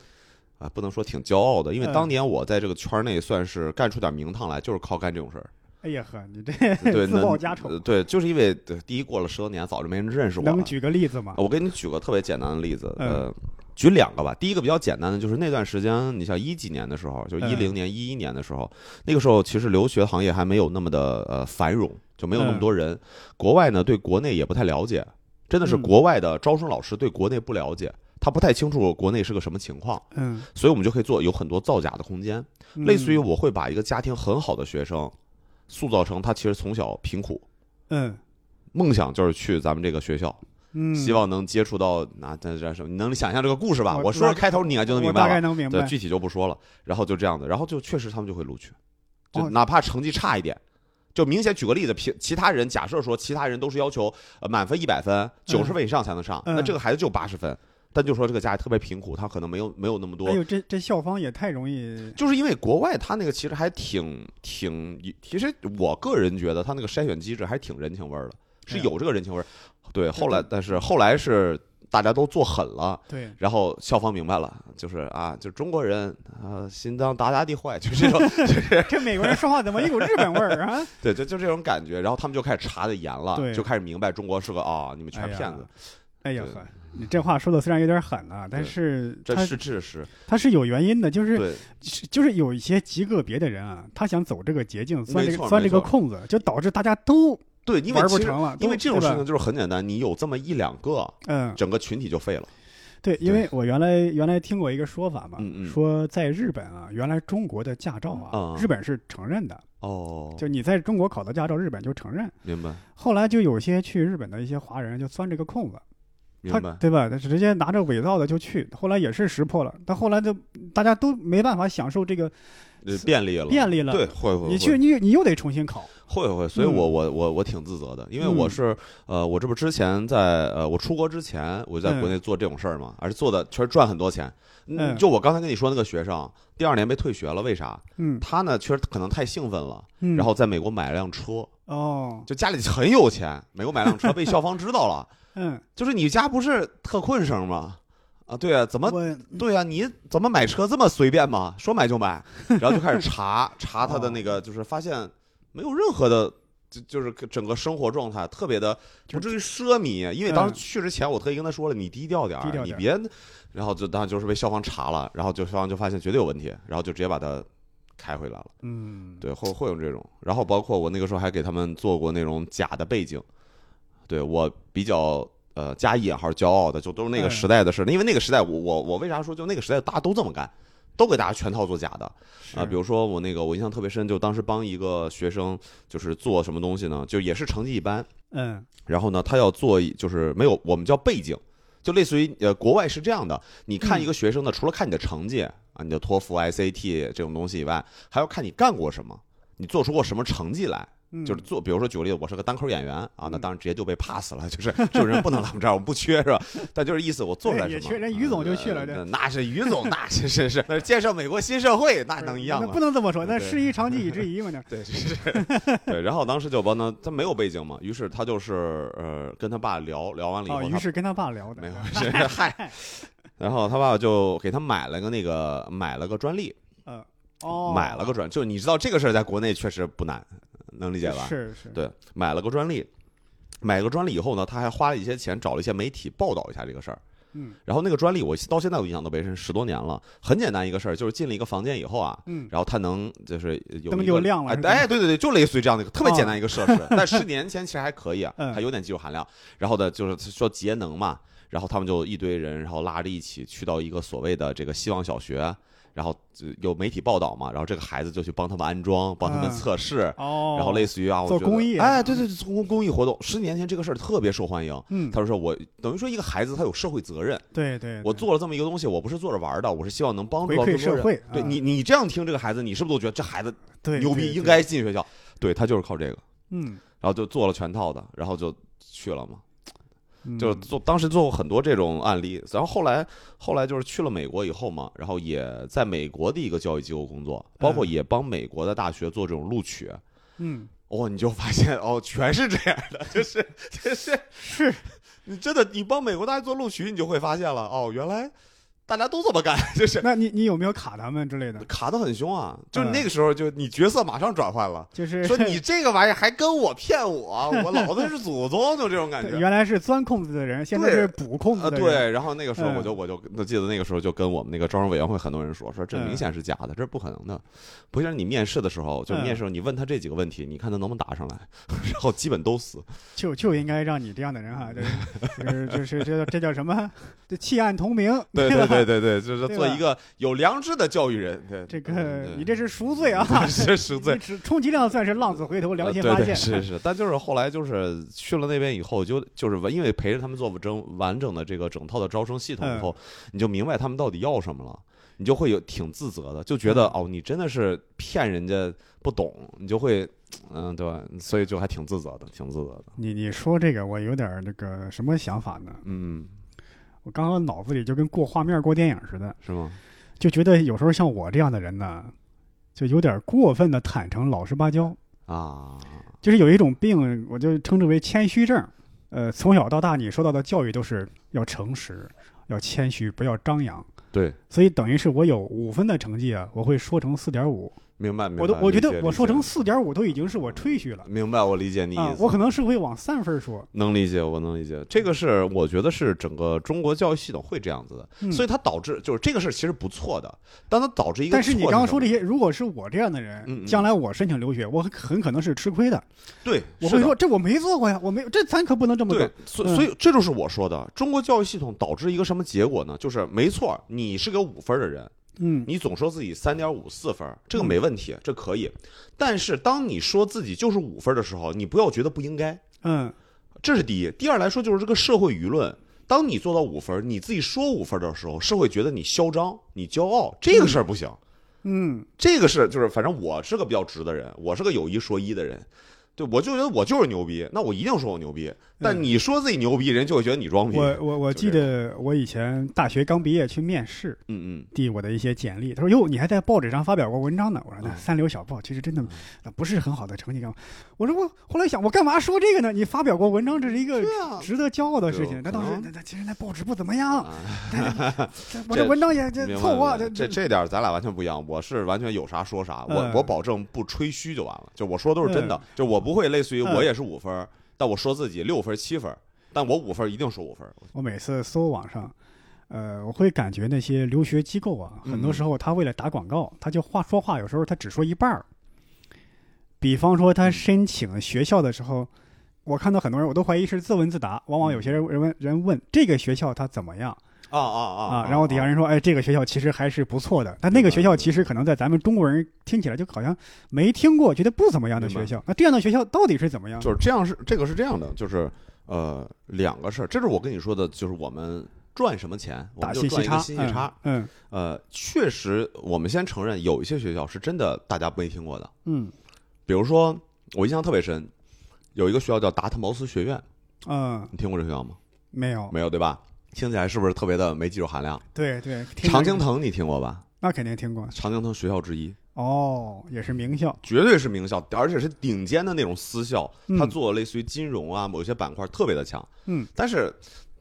[SPEAKER 2] 啊，不能说挺骄傲的，因为
[SPEAKER 1] 嗯
[SPEAKER 2] 当年我在这个圈内算是干出点名堂来，就是靠干这种
[SPEAKER 1] <laughs>
[SPEAKER 2] 事儿。
[SPEAKER 1] 哎呀呵，你这
[SPEAKER 2] 对，
[SPEAKER 1] 自报
[SPEAKER 2] 能
[SPEAKER 1] 家丑
[SPEAKER 2] 呃对，就是因为对第一过了十多年，早就没人认识我
[SPEAKER 1] 能
[SPEAKER 2] 了。
[SPEAKER 1] 举个例子吗？
[SPEAKER 2] 啊我给你举个特别简单的例子，
[SPEAKER 1] 嗯
[SPEAKER 2] 呃，举两个吧。第一个比较简单的就是那段时间，你像一几年的时候，就
[SPEAKER 1] 嗯
[SPEAKER 2] 一零年、一一年的时候，那个时候其实留学行业还没有那么的呃繁荣，就没有那
[SPEAKER 1] 嗯
[SPEAKER 2] 么多人。国外呢对国内也不太了解，真的是
[SPEAKER 1] 嗯
[SPEAKER 2] 国外的招生老师对国内不了解，他不太清楚国内是个什么情况，
[SPEAKER 1] 嗯，
[SPEAKER 2] 所以我们就可以做有很多造假的空间。
[SPEAKER 1] 嗯
[SPEAKER 2] 类似于我会把一个家庭很好的学生，塑造成他其实从小贫苦，
[SPEAKER 1] 嗯
[SPEAKER 2] 梦想就是去咱们这个学校。
[SPEAKER 1] 嗯，
[SPEAKER 2] 希望能接触到那这这什么，你能想象这个故事吧？
[SPEAKER 1] 我
[SPEAKER 2] 我说说
[SPEAKER 1] 我
[SPEAKER 2] 开头，你应该就能
[SPEAKER 1] 我
[SPEAKER 2] 明
[SPEAKER 1] 大
[SPEAKER 2] 白
[SPEAKER 1] 概
[SPEAKER 2] 了。
[SPEAKER 1] 能明
[SPEAKER 2] 对，
[SPEAKER 1] 白，
[SPEAKER 2] 具体就不说了。然后就这样的，然后就确实他们就会录取，就
[SPEAKER 1] 哦
[SPEAKER 2] 哪怕成绩差一点，就明显举个例子，其其他人假设说其他人都是要求呃满分一百分，九十分以上才能上，
[SPEAKER 1] 嗯
[SPEAKER 2] 那这个孩子就八十分，但就说这个家里特别贫苦，他可能没有没有那么多
[SPEAKER 1] 哎，呦，这这校方也太容易，
[SPEAKER 2] 就是因为国外他那个其实还挺挺，其实我个人觉得他那个筛选机制还挺人情味儿的，是
[SPEAKER 1] 对啊
[SPEAKER 2] 有这个人情味儿。对，后来
[SPEAKER 1] 对
[SPEAKER 2] 但是后来是大家都做狠了。
[SPEAKER 1] 对，
[SPEAKER 2] 然后校方明白了，就是啊，就中国人啊、心脏哒哒地坏，就
[SPEAKER 1] <laughs>
[SPEAKER 2] 这种，
[SPEAKER 1] 这美国人说话怎么一股日本味儿啊？
[SPEAKER 2] 对，就就这种感觉。然后他们就开始查的严了，
[SPEAKER 1] 对
[SPEAKER 2] 就开始明白中国是个啊、你们全
[SPEAKER 1] 哎呀
[SPEAKER 2] 骗子，
[SPEAKER 1] 哎呀
[SPEAKER 2] 对
[SPEAKER 1] 呵，你这话说的虽然有点狠啊，但
[SPEAKER 2] 对
[SPEAKER 1] 是
[SPEAKER 2] 这
[SPEAKER 1] 它
[SPEAKER 2] 是事实。
[SPEAKER 1] 它是有原因的，就是
[SPEAKER 2] 对，
[SPEAKER 1] 是就是有一些极个别的人啊，他想走这个捷径，钻这
[SPEAKER 2] 没错
[SPEAKER 1] 个钻这个
[SPEAKER 2] 没错
[SPEAKER 1] 空子，就导致大家都
[SPEAKER 2] 对，因为
[SPEAKER 1] 玩不
[SPEAKER 2] 其实
[SPEAKER 1] 成了，
[SPEAKER 2] 因为
[SPEAKER 1] 都
[SPEAKER 2] 这种事，
[SPEAKER 1] 对
[SPEAKER 2] 情
[SPEAKER 1] 吧
[SPEAKER 2] 就是很简单，你有这么一两个，
[SPEAKER 1] 嗯，
[SPEAKER 2] 整个群体就废了。
[SPEAKER 1] 对，因为我原来原来听过一个说法嘛
[SPEAKER 2] 嗯嗯，
[SPEAKER 1] 说在日本啊，原来中国的驾照
[SPEAKER 2] 嗯
[SPEAKER 1] 啊，日本是承认的，
[SPEAKER 2] 哦，
[SPEAKER 1] 就你在中国考的驾照，日本就承认。
[SPEAKER 2] 明白，
[SPEAKER 1] 后来就有些去日本的一些华人就钻这个空子，
[SPEAKER 2] 明
[SPEAKER 1] 他
[SPEAKER 2] 白。
[SPEAKER 1] 对吧？他直接拿着伪造的就去，后来也是识破了，但后来就大家都没办法享受这个，
[SPEAKER 2] 呃便利了，
[SPEAKER 1] 便利了
[SPEAKER 2] 对，会会
[SPEAKER 1] 你去嗯你你又得重新考，
[SPEAKER 2] 会会会，所以我我我我挺自责的，因为
[SPEAKER 1] 嗯
[SPEAKER 2] 我是呃，我这不之前在呃，我出国之前，我就在国内做这种事儿嘛，而且做的确实赚很多钱。嗯，
[SPEAKER 1] 嗯
[SPEAKER 2] 就我刚才跟你说那个学生，第二年被退学了，为啥？
[SPEAKER 1] 嗯，
[SPEAKER 2] 他呢，确实可能太兴奋了，
[SPEAKER 1] 嗯
[SPEAKER 2] 然后在美国买了辆车，
[SPEAKER 1] 哦，
[SPEAKER 2] 就家里很有钱，美国买辆车被校方知道了， <laughs>
[SPEAKER 1] 嗯，
[SPEAKER 2] 就是你家不是特困生吗？啊，对啊，怎么
[SPEAKER 1] 我
[SPEAKER 2] 对啊，你怎么买车这么随便吗？说买
[SPEAKER 1] <laughs>
[SPEAKER 2] 就买，然后就开始查查他的那
[SPEAKER 1] 哦
[SPEAKER 2] 个，就是发现没有任何的，就就是整个生活状态特别的不至于奢靡，因为当时
[SPEAKER 1] 嗯
[SPEAKER 2] 去之前我特意跟他说了，你低调点
[SPEAKER 1] 低
[SPEAKER 2] 儿，
[SPEAKER 1] 调
[SPEAKER 2] 你
[SPEAKER 1] 点儿
[SPEAKER 2] 别，然后就当然就是被校方查了，然后就校方就发现绝对有问题，然后就直接把他开回来了。
[SPEAKER 1] 嗯，
[SPEAKER 2] 对，会会有这种。然后包括我那个时候还给他们做过那种假的背景，对我比较呃加引号骄傲的，就都是那个
[SPEAKER 1] 嗯
[SPEAKER 2] 时代的事。因为那个时代我，我我为啥说就那个时代大家都这么干，都给大家全套做假的啊？比
[SPEAKER 1] 如
[SPEAKER 2] 如说我那个我印象特别深，就当时帮一个学生就是做什么东西呢，就也是成绩一般，
[SPEAKER 1] 嗯
[SPEAKER 2] 然后呢他要做一就是没有我们叫背景。就类似于呃，国外是这样的，你看一个学生呢，除了看你的成绩啊，你的托福、SAT 这种东西以外，还要看你干过什么，你做出过什么成绩来。
[SPEAKER 1] 嗯
[SPEAKER 2] 就是做，比如说举个例子，我是个单口演员啊，那
[SPEAKER 1] 嗯
[SPEAKER 2] 当然直接就被 pass 了， <laughs> 就是这种人不能来我们这儿，我们不缺是吧？ <laughs> 但就是意思我做出来
[SPEAKER 1] 对
[SPEAKER 2] 什
[SPEAKER 1] 也缺
[SPEAKER 2] 么，
[SPEAKER 1] 人于总就去了
[SPEAKER 2] 呃
[SPEAKER 1] 这
[SPEAKER 2] 那是于总，那是是是，那建设美国新社会，那能一样
[SPEAKER 1] 那
[SPEAKER 2] 吗
[SPEAKER 1] 不？能这么说，那
[SPEAKER 2] 对
[SPEAKER 1] 师夷长技以制夷
[SPEAKER 2] <laughs>
[SPEAKER 1] 嘛，那
[SPEAKER 2] 对，是是，对。然后当时就帮他，他没有背景嘛，于是他就是呃跟他爸聊聊完了以
[SPEAKER 1] 哦，
[SPEAKER 2] 后，
[SPEAKER 1] 于
[SPEAKER 2] 他
[SPEAKER 1] 是跟他爸聊的， <laughs>
[SPEAKER 2] 没有，是嗨，然后他爸爸就给他买了个那个买了个专利， <laughs>
[SPEAKER 1] 呃，哦，
[SPEAKER 2] 买了个专，就你知道这个事儿在国内确实不难，能理解吧？
[SPEAKER 1] 是是，
[SPEAKER 2] 对，买了个专利，买了个专利以后呢，他还花了一些钱找了一些媒体报道一下这个事儿。
[SPEAKER 1] 嗯，
[SPEAKER 2] 然后那个专利我到现在我印象都没深，十多年了。很简单一个事儿，就是进了一个房间以后啊，
[SPEAKER 1] 嗯
[SPEAKER 2] 然后它能就是有
[SPEAKER 1] 灯
[SPEAKER 2] 一
[SPEAKER 1] 就
[SPEAKER 2] 个
[SPEAKER 1] 亮了
[SPEAKER 2] 哎
[SPEAKER 1] 是吧
[SPEAKER 2] 哎，对对对，就类似于这样的一个特别
[SPEAKER 1] 哦
[SPEAKER 2] 简单一个设
[SPEAKER 1] <laughs>
[SPEAKER 2] 施，但十几年前其实还可以啊，
[SPEAKER 1] 嗯
[SPEAKER 2] 还有点技术含量。然后呢，就是说节能嘛，然后他们就一堆人，然后拉着一起去到一个所谓的这个希望小学。然后呃有媒体报道嘛，然后这个孩子就去帮他们安装，帮他
[SPEAKER 1] 嗯
[SPEAKER 2] 们测试，
[SPEAKER 1] 哦，
[SPEAKER 2] 然后类
[SPEAKER 1] 似，
[SPEAKER 2] 似于啊，我
[SPEAKER 1] 做
[SPEAKER 2] 觉得
[SPEAKER 1] 公益
[SPEAKER 2] 哎，对对对，做公公益活动。十年前这个事儿特别受欢迎。
[SPEAKER 1] 嗯，
[SPEAKER 2] 他就说我等于说一个孩子他有社会责任，
[SPEAKER 1] 对对，
[SPEAKER 2] 我
[SPEAKER 1] 对
[SPEAKER 2] 做了这么一个东西，我不是做着玩儿的，我是希望能帮
[SPEAKER 1] 嗯
[SPEAKER 2] 助
[SPEAKER 1] 回
[SPEAKER 2] 到
[SPEAKER 1] 馈
[SPEAKER 2] 更多
[SPEAKER 1] 社
[SPEAKER 2] 人。
[SPEAKER 1] 会，
[SPEAKER 2] 对
[SPEAKER 1] 啊
[SPEAKER 2] 你，你这样听这个孩子，你是不是都觉得这孩子
[SPEAKER 1] 对
[SPEAKER 2] 牛逼，
[SPEAKER 1] 对
[SPEAKER 2] 应
[SPEAKER 1] 对
[SPEAKER 2] 该进学校？对他就是靠这个，
[SPEAKER 1] 嗯，
[SPEAKER 2] 然后就做了全套的，然后就去了嘛，
[SPEAKER 1] 嗯
[SPEAKER 2] 就是做当时做过很多这种案例，然后后来后来就是去了美国以后嘛，然后也在美国的一个教育机构工作，包括
[SPEAKER 1] 嗯
[SPEAKER 2] 也帮美国的大学做这种录取，
[SPEAKER 1] 嗯
[SPEAKER 2] 哦，你就发现哦，全是这样的，就是就是
[SPEAKER 1] 是，
[SPEAKER 2] 你真的你帮美国大学做录取，你就会发现了哦，原来大家都这么干，就
[SPEAKER 1] <laughs>
[SPEAKER 2] 是
[SPEAKER 1] 那你你有没有卡他们之类的？
[SPEAKER 2] 卡的很凶啊，就是
[SPEAKER 1] 嗯
[SPEAKER 2] 那个时候就你角色马上转换了，
[SPEAKER 1] 就是
[SPEAKER 2] <laughs> 说你这个玩意儿还跟我骗我，我老子是祖宗，就这种感
[SPEAKER 1] <laughs>
[SPEAKER 2] 觉。
[SPEAKER 1] 原来是钻空子的人，现在
[SPEAKER 2] 对
[SPEAKER 1] 是补空
[SPEAKER 2] 啊，
[SPEAKER 1] 子的人，嗯
[SPEAKER 2] 对，然后那个时候我就我就我记得那个时候就跟我们那个招生委员会很多人说，说这明显是假的，这是不可能的。不像你面试的时候，就
[SPEAKER 1] 嗯
[SPEAKER 2] 面试的时候你问他这几个问题，你看他能不能答上来， <laughs> 然后基本都死。
[SPEAKER 1] 就就应该让你这样的人
[SPEAKER 2] <laughs>
[SPEAKER 1] 哈，就是就是就是这叫这叫什么？这弃暗投明， <laughs>
[SPEAKER 2] 对对
[SPEAKER 1] 吧
[SPEAKER 2] 对对对，就是
[SPEAKER 1] 对
[SPEAKER 2] 做
[SPEAKER 1] 吧
[SPEAKER 2] 一个有良知的教育人。对，
[SPEAKER 1] 这个
[SPEAKER 2] 嗯对
[SPEAKER 1] 你这是赎罪啊！
[SPEAKER 2] 是 <laughs> 赎罪
[SPEAKER 1] 你。只充其量算是浪子回头，良心
[SPEAKER 2] 呃
[SPEAKER 1] 发
[SPEAKER 2] 对
[SPEAKER 1] 现。
[SPEAKER 2] 对是是，但就是后来就是去了那边以后，就就是因为陪着他们做整完整的这个整套的招生系统
[SPEAKER 1] 嗯
[SPEAKER 2] 以后，你就明白他们到底要什么了，你就会有挺自责的，就觉
[SPEAKER 1] 嗯
[SPEAKER 2] 得、哦，你真的是骗人家不懂，你就会嗯，对吧？所以就还挺自责的，挺自责的。
[SPEAKER 1] <laughs> 你你说这个，我有点儿那个什么想法呢？
[SPEAKER 2] 嗯，
[SPEAKER 1] 我刚刚脑子里就跟过画面、过电影似的，
[SPEAKER 2] 是吗？
[SPEAKER 1] 就觉得有时候像我这样的人呢，就有点过分的坦诚、老实巴交，
[SPEAKER 2] 啊，
[SPEAKER 1] 就是有一种病，我就称之为谦虚症。呃，从小到大，你受到的教育都是要诚实、要谦虚，不要张扬。
[SPEAKER 2] 对，
[SPEAKER 1] 所以等于是我有五分的成绩啊，我会说成四点五，
[SPEAKER 2] 明白明白。
[SPEAKER 1] 我都我觉
[SPEAKER 2] 理解
[SPEAKER 1] 得我
[SPEAKER 2] 理
[SPEAKER 1] 说
[SPEAKER 2] 解
[SPEAKER 1] 成四点五都已经是我吹嘘了
[SPEAKER 2] 明白，我理解你意
[SPEAKER 1] 啊，
[SPEAKER 2] 思。
[SPEAKER 1] 我可能是会往三分说，
[SPEAKER 2] 能理解，我能理解，这个是我觉得是整个中国教育系统会这样子的，
[SPEAKER 1] 嗯
[SPEAKER 2] 所以它导致就是这个事儿其实不错的，但它导致一个
[SPEAKER 1] 但是你
[SPEAKER 2] 错
[SPEAKER 1] 刚刚说
[SPEAKER 2] 的
[SPEAKER 1] 这
[SPEAKER 2] 什么
[SPEAKER 1] 些，如果是我这样的人，
[SPEAKER 2] 嗯嗯
[SPEAKER 1] 将来我申请留学，我很很可能是吃亏的。
[SPEAKER 2] 对，
[SPEAKER 1] 我
[SPEAKER 2] 是
[SPEAKER 1] 会
[SPEAKER 2] 的
[SPEAKER 1] 说这我没做过呀，我没这咱可不能这么
[SPEAKER 2] 对
[SPEAKER 1] 做。，
[SPEAKER 2] 所
[SPEAKER 1] 嗯
[SPEAKER 2] 所以这就是我说的，中国教育系统导致一个什么结果呢？就是没错，你是个五分儿的人，
[SPEAKER 1] 嗯，
[SPEAKER 2] 你总说自己三点五四分儿，这个
[SPEAKER 1] 嗯
[SPEAKER 2] 没问题，这可以，但是当你说自己就是五分儿的时候，你不要觉得不应该，
[SPEAKER 1] 嗯，
[SPEAKER 2] 这是第一。第二来说就是这个社会舆论，当你做到五分儿，你自己说五分儿的时候，社会觉得你嚣张、你骄傲，这个事儿不行。
[SPEAKER 1] 嗯，
[SPEAKER 2] 这个是就是，反正我是个比较直的人，我是个有一说一的人。对，我就觉得我就是牛逼，那我一定说我牛逼。但你说自己牛逼，人就会觉得你装逼。
[SPEAKER 1] 嗯
[SPEAKER 2] 嗯
[SPEAKER 1] 我我我
[SPEAKER 2] 就
[SPEAKER 1] 记
[SPEAKER 2] 这
[SPEAKER 1] 得我以前大学刚毕业去面试，
[SPEAKER 2] 嗯
[SPEAKER 1] 递我的一些简历，他说哟，你还在报纸上发表过文章呢。我说那
[SPEAKER 2] 嗯
[SPEAKER 1] 三流小报其实真的呃不是很好的成绩，干嘛？我说我后来想，我干嘛说这个呢？你发表过文章，这是一个
[SPEAKER 2] 嗯，啊
[SPEAKER 1] 值得骄傲的事
[SPEAKER 2] 对
[SPEAKER 1] 情。那当时
[SPEAKER 2] 可能
[SPEAKER 1] 那那其实那报纸不怎么
[SPEAKER 2] <laughs>
[SPEAKER 1] 样，
[SPEAKER 2] 啊，
[SPEAKER 1] 这我
[SPEAKER 2] 这
[SPEAKER 1] 这文章也这
[SPEAKER 2] 明白
[SPEAKER 1] 凑合，
[SPEAKER 2] 明白这这点儿咱俩完全不一样。我是完全有啥说啥，我
[SPEAKER 1] 嗯
[SPEAKER 2] 我保证不吹嘘就完了，就我说都是真的，就我不会类似于
[SPEAKER 1] 嗯
[SPEAKER 2] 我也是五分儿，但我说自己六分儿七分儿，但我五分儿一定说五分儿。
[SPEAKER 1] 我每次搜网上，呃，我会感觉那些留学机构啊，
[SPEAKER 2] 嗯
[SPEAKER 1] 很多时候他为了打广告，他就话说话，有时候他只说一半儿。比方说
[SPEAKER 2] 嗯
[SPEAKER 1] 他申请学校的时候，我看到很多人，我都怀疑是自问自答。往往有些
[SPEAKER 2] 嗯
[SPEAKER 1] 人人问人问这个学校它怎么样
[SPEAKER 2] 啊啊啊
[SPEAKER 1] 啊，然后底下人说，哎，这个学校其实还是不错的。但那个学校其实可能在咱们中国人听起来就好像没听过，觉得不怎么样的学校。那这样的学校到底是怎么样？
[SPEAKER 2] 就是这样是这个是这样的，就是呃两个事儿，这是我跟你说的，就是我们赚什么钱，我
[SPEAKER 1] 打
[SPEAKER 2] 们就
[SPEAKER 1] 信息
[SPEAKER 2] 赚一
[SPEAKER 1] 差
[SPEAKER 2] 个，信息差。
[SPEAKER 1] 嗯
[SPEAKER 2] 呃，确实，我们先承认有一些学校是真的大家没听过的，
[SPEAKER 1] 嗯
[SPEAKER 2] 比如说我印象特别深，有一个学校叫达特茅斯学院，
[SPEAKER 1] 嗯嗯，
[SPEAKER 2] 你听过这学校吗？
[SPEAKER 1] 没有，
[SPEAKER 2] 没有对吧？听起来是不是特别的没技术含量？
[SPEAKER 1] 对对，听
[SPEAKER 2] 常
[SPEAKER 1] 着
[SPEAKER 2] 青藤你听过吧？
[SPEAKER 1] 那肯定听过
[SPEAKER 2] 常青藤学校之一，
[SPEAKER 1] 哦，也是名校。
[SPEAKER 2] 绝对是名校，而且是顶尖的那种私校。
[SPEAKER 1] 嗯
[SPEAKER 2] 它做类似于金融啊，某些板块特别的强。
[SPEAKER 1] 嗯，
[SPEAKER 2] 但是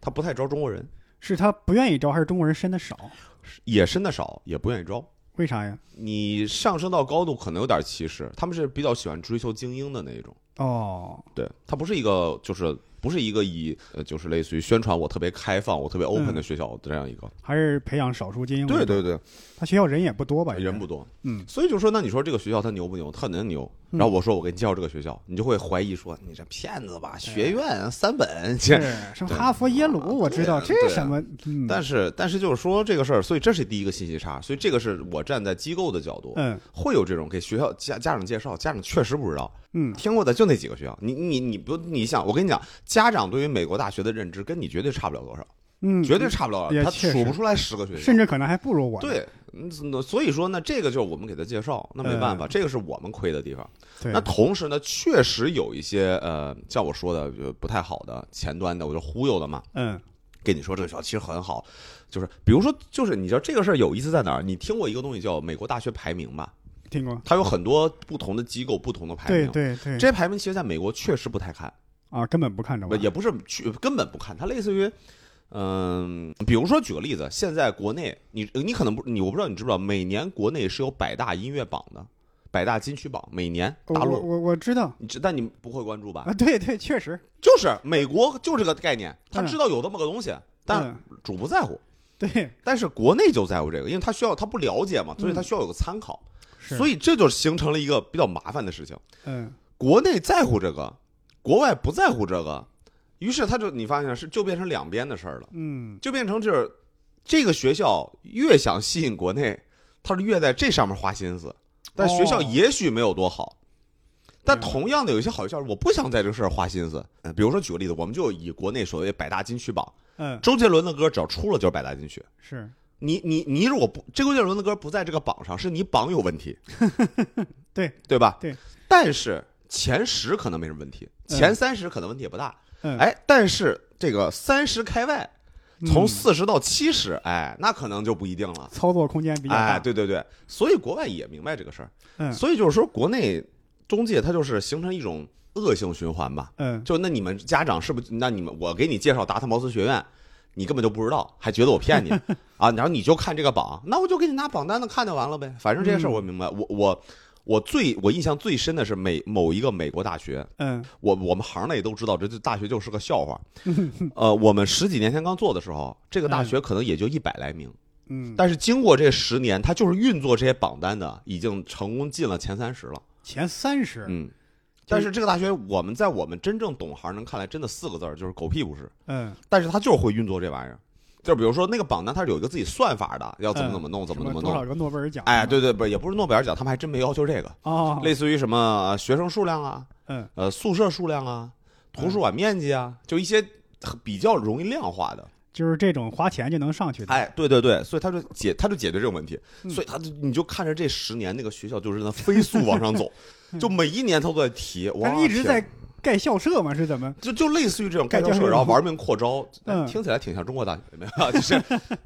[SPEAKER 2] 它不太招中国人。
[SPEAKER 1] 是他不愿意招，还是中国人申的少？
[SPEAKER 2] 也申的少，也不愿意招。
[SPEAKER 1] 为啥呀？
[SPEAKER 2] 你上升到高度可能有点歧视，他们是比较喜欢追求精英的那一种。
[SPEAKER 1] 哦，
[SPEAKER 2] 对，它不是一个就是不是一个以呃就是类似于宣传我特别开放、我特别 open 的学校的这样一个。
[SPEAKER 1] 还是培养少数精英嗯为主？
[SPEAKER 2] 对对对，
[SPEAKER 1] 他学校人也不多吧？应该
[SPEAKER 2] 人不多，
[SPEAKER 1] 嗯，
[SPEAKER 2] 所以就说那你说这个学校它牛不牛？它能牛。然后我说我给你介绍这个学校，你就会怀疑说你这骗子
[SPEAKER 1] 哎
[SPEAKER 2] 吧，学院
[SPEAKER 1] <laughs>
[SPEAKER 2] 三本
[SPEAKER 1] 是
[SPEAKER 2] 这。
[SPEAKER 1] 什么哈佛、耶鲁，我知道
[SPEAKER 2] 对啊
[SPEAKER 1] 这
[SPEAKER 2] 对啊
[SPEAKER 1] 什么，嗯
[SPEAKER 2] 但是，但是就是说这个事儿，所以这是第一个信息差，所以这个是我站在机构的角度，
[SPEAKER 1] 嗯
[SPEAKER 2] 会有这种给学校家家长介绍，家长确实不知道，
[SPEAKER 1] 嗯，
[SPEAKER 2] 听过的就那几个学校。你你你不，你想，我跟你讲，家长对于美国大学的认知跟你绝对差不了多少，
[SPEAKER 1] 嗯，
[SPEAKER 2] 绝对差不了多
[SPEAKER 1] 也
[SPEAKER 2] 少，他
[SPEAKER 1] 确实
[SPEAKER 2] 数不出来十个学校
[SPEAKER 1] 甚。至可能还不如我。，
[SPEAKER 2] 对，嗯那所以说呢，这个就是我们给他介绍，那没办法，这个是我们亏的地方。
[SPEAKER 1] 嗯对
[SPEAKER 2] 那同时呢，确实有一些呃，像我说的就不太好的前端的，我就忽悠了嘛。
[SPEAKER 1] 嗯
[SPEAKER 2] 跟你说这个学校其实很好，就是比如说，就是你知道这个事儿有意思在哪儿？你听过一个东西叫美国大学排名吧？
[SPEAKER 1] 听过。
[SPEAKER 2] 它有很多不同的机构、不同的排
[SPEAKER 1] 对
[SPEAKER 2] 名。
[SPEAKER 1] 对对，
[SPEAKER 2] 这些排名其实在美国确实不太看，
[SPEAKER 1] 啊根本不看着
[SPEAKER 2] 不
[SPEAKER 1] 我。
[SPEAKER 2] 也不是去根本不看，它类似于。嗯，比如说举个例子，现在国内你呃你可能不你我不知道你知不知道，每年国内是有百大音乐榜的，百大金曲榜，每年
[SPEAKER 1] 我
[SPEAKER 2] 大
[SPEAKER 1] 哦我
[SPEAKER 2] 陆
[SPEAKER 1] 我我知道
[SPEAKER 2] 你知但你不会关注吧？
[SPEAKER 1] 啊，对对，确实，
[SPEAKER 2] 就是美国就这个概念，他
[SPEAKER 1] 嗯
[SPEAKER 2] 知道有这么个东西，但
[SPEAKER 1] 嗯
[SPEAKER 2] 主不在乎。
[SPEAKER 1] 对
[SPEAKER 2] 但是国内就在乎这个，因为他需要他不了解嘛，所以他需要有个参考，
[SPEAKER 1] 嗯是，
[SPEAKER 2] 所
[SPEAKER 1] 以
[SPEAKER 2] 以这就形成了一个比较麻烦的事情。
[SPEAKER 1] 嗯
[SPEAKER 2] 国内在乎这个，国外不在乎这个，于是他就你发现是就变成两边的事儿了，
[SPEAKER 1] 嗯
[SPEAKER 2] 就变成就是这个学校越想吸引国内，他是越在这上面花心思，但学校
[SPEAKER 1] 哦
[SPEAKER 2] 也许没有多好。但
[SPEAKER 1] 明白
[SPEAKER 2] 同样的，有一些好学校，我不想在这个事儿花心思。嗯，比如说举个例子，我们就以国内所谓百大金曲榜，
[SPEAKER 1] 嗯
[SPEAKER 2] 周杰伦的歌只要出了就是百大金曲。
[SPEAKER 1] 是，
[SPEAKER 2] 你你你如果不这周杰伦的歌不在这个榜上，是你榜有问题，
[SPEAKER 1] 对
[SPEAKER 2] 对吧？
[SPEAKER 1] 对。
[SPEAKER 2] 但是前十可能没什么问题，
[SPEAKER 1] 嗯
[SPEAKER 2] 前三十可能问题也不大。
[SPEAKER 1] 嗯
[SPEAKER 2] 哎，但是这个三十开外，从
[SPEAKER 1] 嗯
[SPEAKER 2] 四十到七十、哎，那可能就不一定了。
[SPEAKER 1] 操作空间比较
[SPEAKER 2] 哎，
[SPEAKER 1] 大，
[SPEAKER 2] 对对对，所以国外也明白这个事儿。
[SPEAKER 1] 嗯
[SPEAKER 2] 所以就是说，国内中介它就是形成一种恶性循环吧。
[SPEAKER 1] 嗯
[SPEAKER 2] 就那你们家长是不是？那你们我给你介绍达特茅斯学院，你根本就不知道，还觉得我骗你 <laughs> 啊？然后你就看这个榜，那我就给你拿榜单的看就完了呗。反正这些事儿我明白。我我我最我印象最深的是美某一个美国大学，
[SPEAKER 1] 嗯
[SPEAKER 2] 我我们行内都知道，这这大学就是个笑 <laughs> 话。呃，我们十几年前刚做的时候，这个大学可能也就一百来名，
[SPEAKER 1] 嗯，
[SPEAKER 2] 但是经过这十年，它就是运作这些榜单的，已经成功进了前三十了。
[SPEAKER 1] 前三十，
[SPEAKER 2] 嗯，但是这个大学，我们在我们真正懂行人看来，真的四个字儿就是狗屁不是。
[SPEAKER 1] 嗯，
[SPEAKER 2] 但是他就是会运作这玩意儿，就比如说那个榜单，它是有一个自己算法的，要怎么怎么弄，怎么
[SPEAKER 1] 嗯什
[SPEAKER 2] 怎么
[SPEAKER 1] 多少
[SPEAKER 2] 弄。
[SPEAKER 1] 个诺贝尔奖？
[SPEAKER 2] 哎，，对对，不也不是诺贝尔奖，他们还真没要求这个，
[SPEAKER 1] 哦，
[SPEAKER 2] 类似于什么呃学生数量啊，
[SPEAKER 1] 嗯
[SPEAKER 2] 呃宿舍数量啊，图书馆面积啊，就一些比较容易量化的。
[SPEAKER 1] 就是这种花钱就能上去的，
[SPEAKER 2] 哎，对对对，所以他就解他就解决这种问题，
[SPEAKER 1] 嗯
[SPEAKER 2] 所以他就你就看着这十年那个学校就是那飞速往上走，就每一年他都在提，
[SPEAKER 1] 他
[SPEAKER 2] 哇，
[SPEAKER 1] 嗯是一直
[SPEAKER 2] 天
[SPEAKER 1] 在盖校舍嘛，是怎么？
[SPEAKER 2] 就就类似于这种盖校
[SPEAKER 1] 盖教
[SPEAKER 2] 社，
[SPEAKER 1] 授
[SPEAKER 2] 然后玩命扩招，
[SPEAKER 1] 嗯
[SPEAKER 2] 听起来挺像中国大学里面啊， <laughs> 就是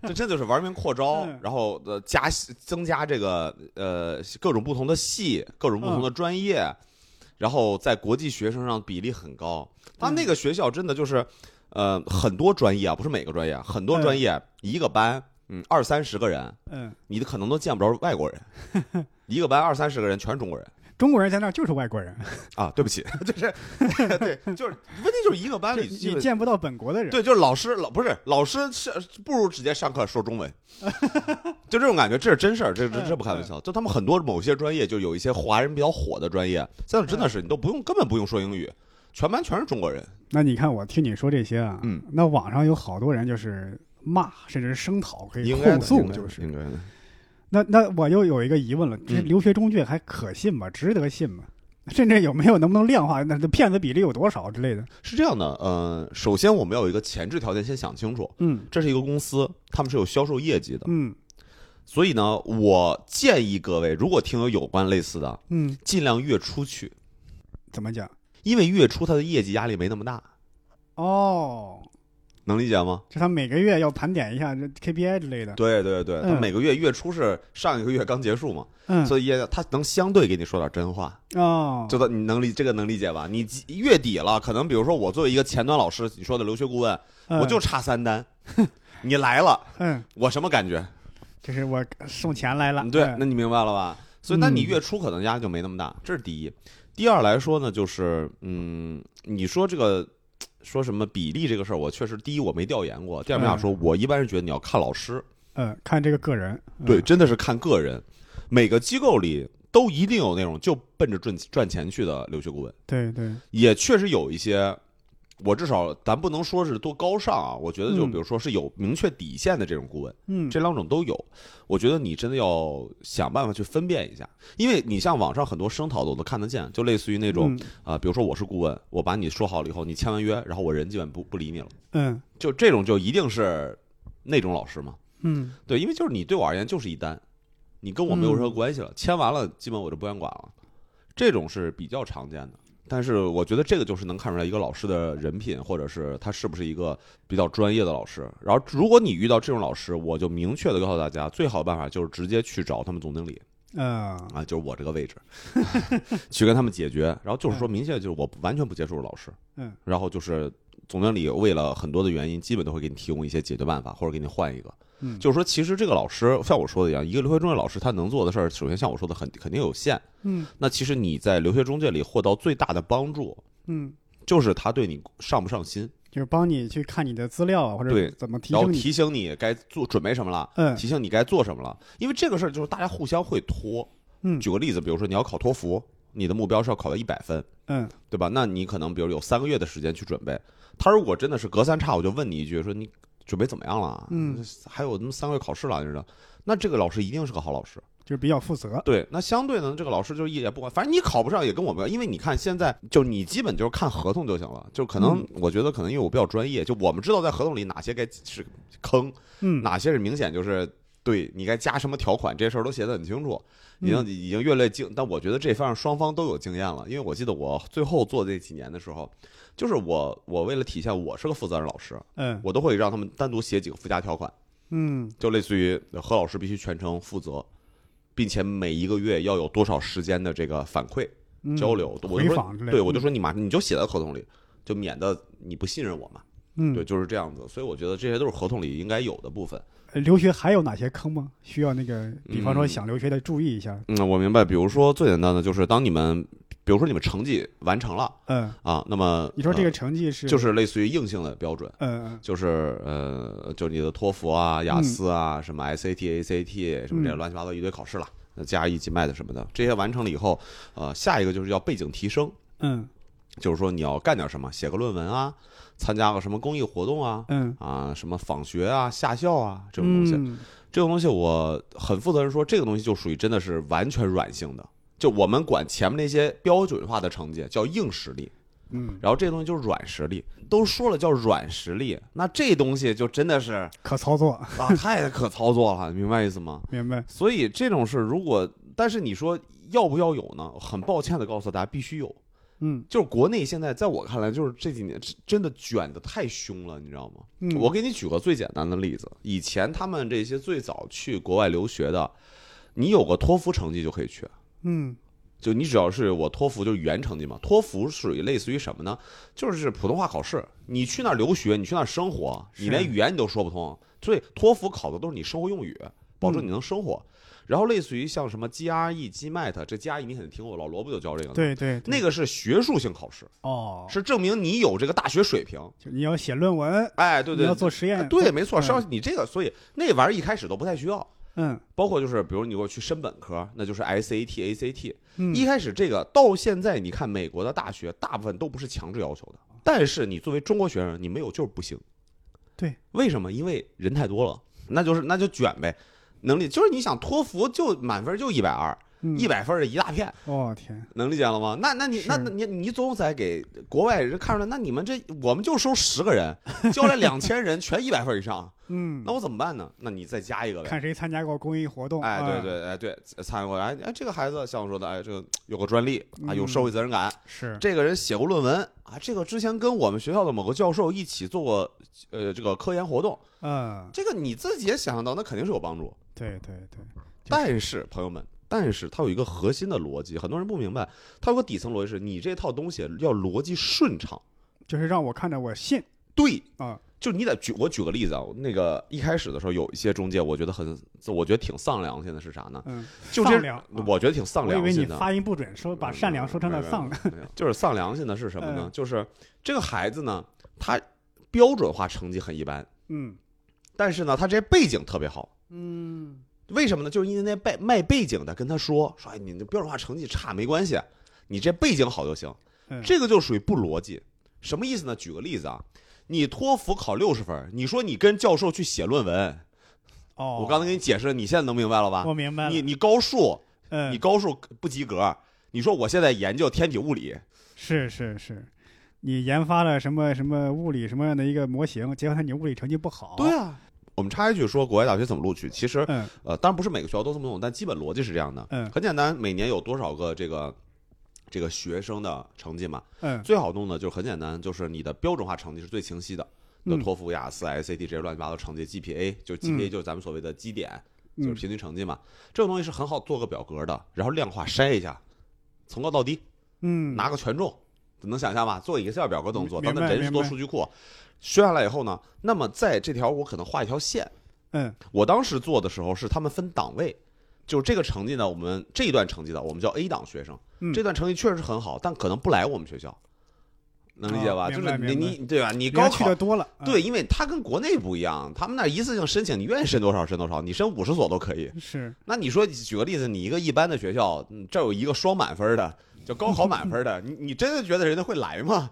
[SPEAKER 2] 这真的就是玩命扩招
[SPEAKER 1] 嗯，
[SPEAKER 2] 然后呃加增加这个呃各种不同的系，各种不同的
[SPEAKER 1] 嗯
[SPEAKER 2] 专业，然后在国际学生上比例很高。他
[SPEAKER 1] 嗯
[SPEAKER 2] 那个学校真的就是呃很多专业啊，不是每个专业啊，很多专业一个班，嗯二三十个人，
[SPEAKER 1] 嗯，
[SPEAKER 2] 你可能都见不着外国人，
[SPEAKER 1] <laughs>
[SPEAKER 2] 一个班二三十个人全是中国人。
[SPEAKER 1] 中国人在那儿就是外国人，
[SPEAKER 2] 啊，对不起， <laughs> 就是对，就是问题就是一个
[SPEAKER 1] <laughs>
[SPEAKER 2] 班
[SPEAKER 1] 就
[SPEAKER 2] 里基
[SPEAKER 1] 你
[SPEAKER 2] 本
[SPEAKER 1] 见不到本国的人。
[SPEAKER 2] 对，就是老师老不是老师是不如直接上课说
[SPEAKER 1] <laughs>
[SPEAKER 2] 中文，就这种感觉，这是真事儿，这这这不开玩笑。就他们很多某些专业，就有一些华人比较火的专业，现在真的是你都不用根本不用说英语，全班全是中国人。
[SPEAKER 1] 那你看我听你说这些啊，
[SPEAKER 2] 嗯，
[SPEAKER 1] 那网上有好多人就是骂，甚至是声讨，可以
[SPEAKER 2] 应该
[SPEAKER 1] 控诉，就是。
[SPEAKER 2] 应该的。
[SPEAKER 1] 那那我又有一个疑问了，这
[SPEAKER 2] 嗯
[SPEAKER 1] 留学中介还可信吗？值得信吗？甚至有没有能不能量化？那那骗子比例有多少之类的？
[SPEAKER 2] 是这样的，嗯、首先我们要有一个前置条件，先想清楚，
[SPEAKER 1] 嗯
[SPEAKER 2] 这是一个公司，他们是有销售业绩的，
[SPEAKER 1] 嗯
[SPEAKER 2] 所以呢，我建议各位，如果听有有关类似的，
[SPEAKER 1] 嗯，
[SPEAKER 2] 尽量月初去，
[SPEAKER 1] 怎么讲？
[SPEAKER 2] 因为月初他的业绩压力没那么大，
[SPEAKER 1] 哦，
[SPEAKER 2] 能理解吗？
[SPEAKER 1] 就他每个月要盘点一下这 KPI 之类的。
[SPEAKER 2] 对对对，他
[SPEAKER 1] 嗯
[SPEAKER 2] 每个月月初是上一个月刚结束嘛，
[SPEAKER 1] 嗯
[SPEAKER 2] 所以也他能相对给你说点真话，
[SPEAKER 1] 哦，
[SPEAKER 2] 就他你能理这个能理解吧？你几月底了，可能比如说我作为一个前端老师，你说的留学顾问，
[SPEAKER 1] 嗯 <laughs>
[SPEAKER 2] 我就差三单，你来了，
[SPEAKER 1] 嗯，
[SPEAKER 2] 我什么感觉？
[SPEAKER 1] 就是我送钱来了。
[SPEAKER 2] 嗯对，
[SPEAKER 1] 嗯
[SPEAKER 2] 那你明白了吧？所以，那你
[SPEAKER 1] 嗯
[SPEAKER 2] 月初可能压力就没那么大，这是第一。第二来说呢，就是嗯，你说这个说什么比例这个事儿，我确实第一我没调研过，第二没想说，我一般是觉得你要看老师，
[SPEAKER 1] 嗯，看这个个人。嗯
[SPEAKER 2] 对，，真的是看个人，每个机构里都一定有那种就奔着赚赚钱去的留学顾问，
[SPEAKER 1] 对对，
[SPEAKER 2] 也确实有一些。我至少，咱不能说是多高尚啊，我觉得就
[SPEAKER 1] 嗯
[SPEAKER 2] 比如说是有明确底线的这种顾问，
[SPEAKER 1] 嗯，
[SPEAKER 2] 这两种都有，我觉得你真的要想办法去分辨一下，因为你像网上很多声讨的我都看得见，就类似于那
[SPEAKER 1] 嗯
[SPEAKER 2] 种啊、呃比如说我是顾问，我把你说好了以后，你签完约，然后我人基本不不理你了，
[SPEAKER 1] 嗯
[SPEAKER 2] 就这种就一定是那种老师嘛，
[SPEAKER 1] 嗯
[SPEAKER 2] 对，因为就是你对我而言就是一单，你跟我没有任何关系了，签完了基本我就不想管了，这种是比较常见的。但是我觉得这个就是能看出来一个老师的人品，或者是他是不是一个比较专业的老师。然后，如果你遇到这种老师，我就明确的告诉大家，最好的办法就是直接去找他们总经理
[SPEAKER 1] 嗯啊，
[SPEAKER 2] 啊，就是我这个位置， <laughs> 去跟他们解决。然后就是说，明确就是我完全不接触老师，
[SPEAKER 1] 嗯，
[SPEAKER 2] 然后就是总经理为了很多的原因，基本都会给你提供一些解决办法，或者给你换一个。
[SPEAKER 1] 嗯
[SPEAKER 2] 就是说，其实这个老师像我说的一样，一个留学中介老师他能做的事儿，首先像我说的很肯定有限。
[SPEAKER 1] 嗯
[SPEAKER 2] 那其实你在留学中介里获到最大的帮助，
[SPEAKER 1] 嗯，
[SPEAKER 2] 就是他对你上不上心，
[SPEAKER 1] 就是帮你去看你的资料啊，或
[SPEAKER 2] 对
[SPEAKER 1] 者怎么提
[SPEAKER 2] 然后
[SPEAKER 1] 升你。
[SPEAKER 2] 提醒你该做准备什么了，
[SPEAKER 1] 嗯
[SPEAKER 2] 提醒你该做什么了。因为这个事儿就是大家互相会拖。
[SPEAKER 1] 嗯
[SPEAKER 2] 举个例子，比如说你要考托福，你的目标是要考到一百分，
[SPEAKER 1] 嗯
[SPEAKER 2] 对吧？那你可能比如有三个月的时间去准备。他如果真的是隔三差五就问你一句，说你准备怎么样了？
[SPEAKER 1] 嗯，
[SPEAKER 2] 还有那么三个月考试了，你知道？那这个老师一定是个好老师。
[SPEAKER 1] 就是比较负责。
[SPEAKER 2] 对，那相对呢，这个老师就一也不管，反正你考不上也跟我没有，因为你看现在就你基本就是看合同就行了，就可
[SPEAKER 1] 嗯
[SPEAKER 2] 能我觉得可能因为我比较专业，就我们知道在合同里哪些该是坑，
[SPEAKER 1] 嗯
[SPEAKER 2] 哪些是明显就是对你该加什么条款，这些事儿都写得很清楚，已
[SPEAKER 1] 嗯
[SPEAKER 2] 经已经越来越精。但我觉得这方面双方都有经验了，因为我记得我最后做这几年的时候，就是我我为了体现我是个负责任老师，
[SPEAKER 1] 嗯
[SPEAKER 2] 我都会让他们单独写几个附加条款。
[SPEAKER 1] 嗯
[SPEAKER 2] 就类似于何老师必须全程负责，并且每一个月要有多少时间的这个反馈
[SPEAKER 1] 嗯，
[SPEAKER 2] 交流。我
[SPEAKER 1] 回
[SPEAKER 2] 就说
[SPEAKER 1] 访之，类的
[SPEAKER 2] 对我就说你马上你就写在合同里，就免得你不信任我嘛。
[SPEAKER 1] 嗯，
[SPEAKER 2] 对，就是这样子。所以我觉得这些都是合同里应该有的部分。
[SPEAKER 1] 呃留学还有哪些坑吗？需要那个，比方说
[SPEAKER 2] 嗯
[SPEAKER 1] 想留学的注意一下。
[SPEAKER 2] 嗯，我明白。比如说最简单的就是当你们，比如说你们成绩完成了
[SPEAKER 1] 嗯，
[SPEAKER 2] 啊，那么
[SPEAKER 1] 你说这个
[SPEAKER 2] 呃
[SPEAKER 1] 成绩是
[SPEAKER 2] 就是类似于硬性的标准。
[SPEAKER 1] 嗯嗯
[SPEAKER 2] 就是呃，就是你的托福啊、雅思啊、什么 SAT、ACT 什么这
[SPEAKER 1] 嗯
[SPEAKER 2] 些乱七八糟一堆考试了，呃那 GRE、GMAT 什么的，这些完成了以后，呃，下一个就是要背景提升，
[SPEAKER 1] 嗯
[SPEAKER 2] 就是说你要干点什么，写个论文啊，参加个什么公益活动啊。
[SPEAKER 1] 嗯
[SPEAKER 2] 啊，什么访学啊、夏校啊，
[SPEAKER 1] 这
[SPEAKER 2] 这种东西，
[SPEAKER 1] 西，
[SPEAKER 2] 这种东西我很负责任说，这个东西就属于真的是完全软性的，就我们管前面那些标准化的成绩叫硬实力，
[SPEAKER 1] 嗯，
[SPEAKER 2] 然后这东西就是软实力，都说了叫软实力，那这东西就真的是
[SPEAKER 1] 可操作，
[SPEAKER 2] 啊，太可操作了，你明白意思吗？
[SPEAKER 1] 明白？
[SPEAKER 2] 所以这种事，如果但是你说要不要有呢？很抱歉的告诉大家，必须有。
[SPEAKER 1] 嗯
[SPEAKER 2] 就是国内现在，在我看来，就是这几年真真的卷的太凶了，你知道吗？
[SPEAKER 1] 嗯，
[SPEAKER 2] 我给你举个最简单的例子，以前他们这些最早去国外留学的，你有个托福成绩就可以去，
[SPEAKER 1] 嗯
[SPEAKER 2] 就你只要是我托福就是语言成绩嘛，托福属于类似于什么呢？就是普通话考试。你去那儿留学，你去那儿生活，
[SPEAKER 1] 是
[SPEAKER 2] 你连语言你都说不通，所以托福考的都是你生活用语，保证你能生
[SPEAKER 1] 嗯
[SPEAKER 2] 活。然后类似于像什么 E GRE、GMAT，这 GRE 你肯定听过，老罗不就教这个呢？，
[SPEAKER 1] 对对，对
[SPEAKER 2] 那个是学术性考试，
[SPEAKER 1] 哦，
[SPEAKER 2] 是证明你有这个大学水平。
[SPEAKER 1] 就你要写论文，
[SPEAKER 2] 哎，对
[SPEAKER 1] 你
[SPEAKER 2] 对
[SPEAKER 1] 要，做实验，
[SPEAKER 2] 对，没错，
[SPEAKER 1] 嗯
[SPEAKER 2] 是要你这个，所以那玩意儿一开始都不太需要。
[SPEAKER 1] 嗯
[SPEAKER 2] 包括就是，比如你给我去申本科，那就是 SAT、ACT，
[SPEAKER 1] 嗯
[SPEAKER 2] 一开始这个到现在，你看美国的大学大部分都不是强制要求的，但是你作为中国学生，你没有就是不行。
[SPEAKER 1] 对，
[SPEAKER 2] 为什么？因为人太多了，那就是那就卷呗，能力就是你想托福就满分就一百二，
[SPEAKER 1] 嗯
[SPEAKER 2] 一百分的一大片，
[SPEAKER 1] 哦天，
[SPEAKER 2] 能理解了吗？那那你
[SPEAKER 1] 是
[SPEAKER 2] 那那你你总得给国外人看出来，那你们这我们就收十个人，教来两千人全一百分以上，
[SPEAKER 1] 嗯
[SPEAKER 2] 那，我怎么办呢？那你再加一个呗。
[SPEAKER 1] 看谁参加过公益活动，
[SPEAKER 2] 哎，对
[SPEAKER 1] 啊，
[SPEAKER 2] 对，哎对，参与过，哎哎，这个孩子像我说的，哎，这个有个专利啊，有社会责任感，
[SPEAKER 1] 嗯是，
[SPEAKER 2] 这个人写过论文啊，这个之前跟我们学校的某个教授一起做过呃这个科研活动，
[SPEAKER 1] 嗯，
[SPEAKER 2] 这个你自己也想象到，那肯定是有帮助。
[SPEAKER 1] 对对对，
[SPEAKER 2] 但是朋友们，但是它有一个核心的逻辑，很多人不明白，它有个底层逻辑是你这套东西要逻辑顺畅，
[SPEAKER 1] 就是让我看着我信
[SPEAKER 2] 对
[SPEAKER 1] 啊，
[SPEAKER 2] 就你得举我举个例子啊，那个一开始的时候有一些中介，我觉得很，我觉得挺丧良心的是啥呢？
[SPEAKER 1] 嗯，
[SPEAKER 2] 就
[SPEAKER 1] 丧
[SPEAKER 2] 这
[SPEAKER 1] 良啊，
[SPEAKER 2] 我觉得挺丧
[SPEAKER 1] 我以
[SPEAKER 2] 良
[SPEAKER 1] 为你
[SPEAKER 2] 心的。
[SPEAKER 1] 发音不准，说把善良说成了丧，
[SPEAKER 2] 没
[SPEAKER 1] <laughs>
[SPEAKER 2] 有，就是丧良心的是什么呢
[SPEAKER 1] 嗯？
[SPEAKER 2] 就是这个孩子呢，他标准化成绩很一般，
[SPEAKER 1] 嗯
[SPEAKER 2] 但是呢，他这背景特别好。
[SPEAKER 1] 嗯
[SPEAKER 2] 为什么呢？就是因为那背卖背景的跟他说说，哎，你的标准化成绩差没关系，你这背景好就行。
[SPEAKER 1] 嗯
[SPEAKER 2] 这个就属于不逻辑。什么意思呢？举个例子啊，你托福考六十分，你说你跟教授去写论文，
[SPEAKER 1] 哦，
[SPEAKER 2] 我刚才给你解释，你现在能明白了吧？
[SPEAKER 1] 我明白了，
[SPEAKER 2] 你你高数，
[SPEAKER 1] 嗯
[SPEAKER 2] 你高数不及格，你说我现在研究天体物理，
[SPEAKER 1] 是是是，你研发了什么什么物理什么样的一个模型，结果他你物理成绩不好，
[SPEAKER 2] 对啊。我们插一句说，国外大学怎么录取？其实，
[SPEAKER 1] 嗯
[SPEAKER 2] 呃，当然不是每个学校都这么弄，但基本逻辑是这样的。
[SPEAKER 1] 嗯
[SPEAKER 2] 很简单，每年有多少个这个这个学生的成绩嘛？
[SPEAKER 1] 嗯
[SPEAKER 2] 最好弄的就是很简单，就是你的标准化成绩是最清晰的。
[SPEAKER 1] 嗯
[SPEAKER 2] 那托福、雅思、SAT 这些乱七八糟成绩，GPA 就是 GPA 就是咱们所谓的基点，就是
[SPEAKER 1] 嗯
[SPEAKER 2] 平均成绩嘛。这种东西是很好做个表格的，然后量化筛一下，从高到低，
[SPEAKER 1] 嗯，
[SPEAKER 2] 拿个权重，能想象吧？做 Excel 表格怎么做？
[SPEAKER 1] 明白
[SPEAKER 2] 咱们人是
[SPEAKER 1] 明
[SPEAKER 2] 做
[SPEAKER 1] 白
[SPEAKER 2] 数据库，选下来以后呢，那么在这条我可能画一条线。
[SPEAKER 1] 嗯
[SPEAKER 2] 我当时做的时候是他们分档位，就是这个成绩呢，我们这一段成绩的我们叫 A 档学生，
[SPEAKER 1] 嗯
[SPEAKER 2] 这段成绩确实很好，但可能不来我们学校，能理解吧？
[SPEAKER 1] 哦
[SPEAKER 2] 就
[SPEAKER 1] 明白
[SPEAKER 2] 是你
[SPEAKER 1] 明白
[SPEAKER 2] 你对吧？你
[SPEAKER 1] 你
[SPEAKER 2] 高
[SPEAKER 1] 去
[SPEAKER 2] 考
[SPEAKER 1] 的多了，嗯
[SPEAKER 2] 对，因为他跟国内不一样，他们那一次性申请，你愿意申多少申多少，你申五十所都可以。
[SPEAKER 1] 是
[SPEAKER 2] 那你说，举个例子，你一个一般的学校，嗯这有一个双满分的，就高考满分的，你你真的觉得人家会来吗？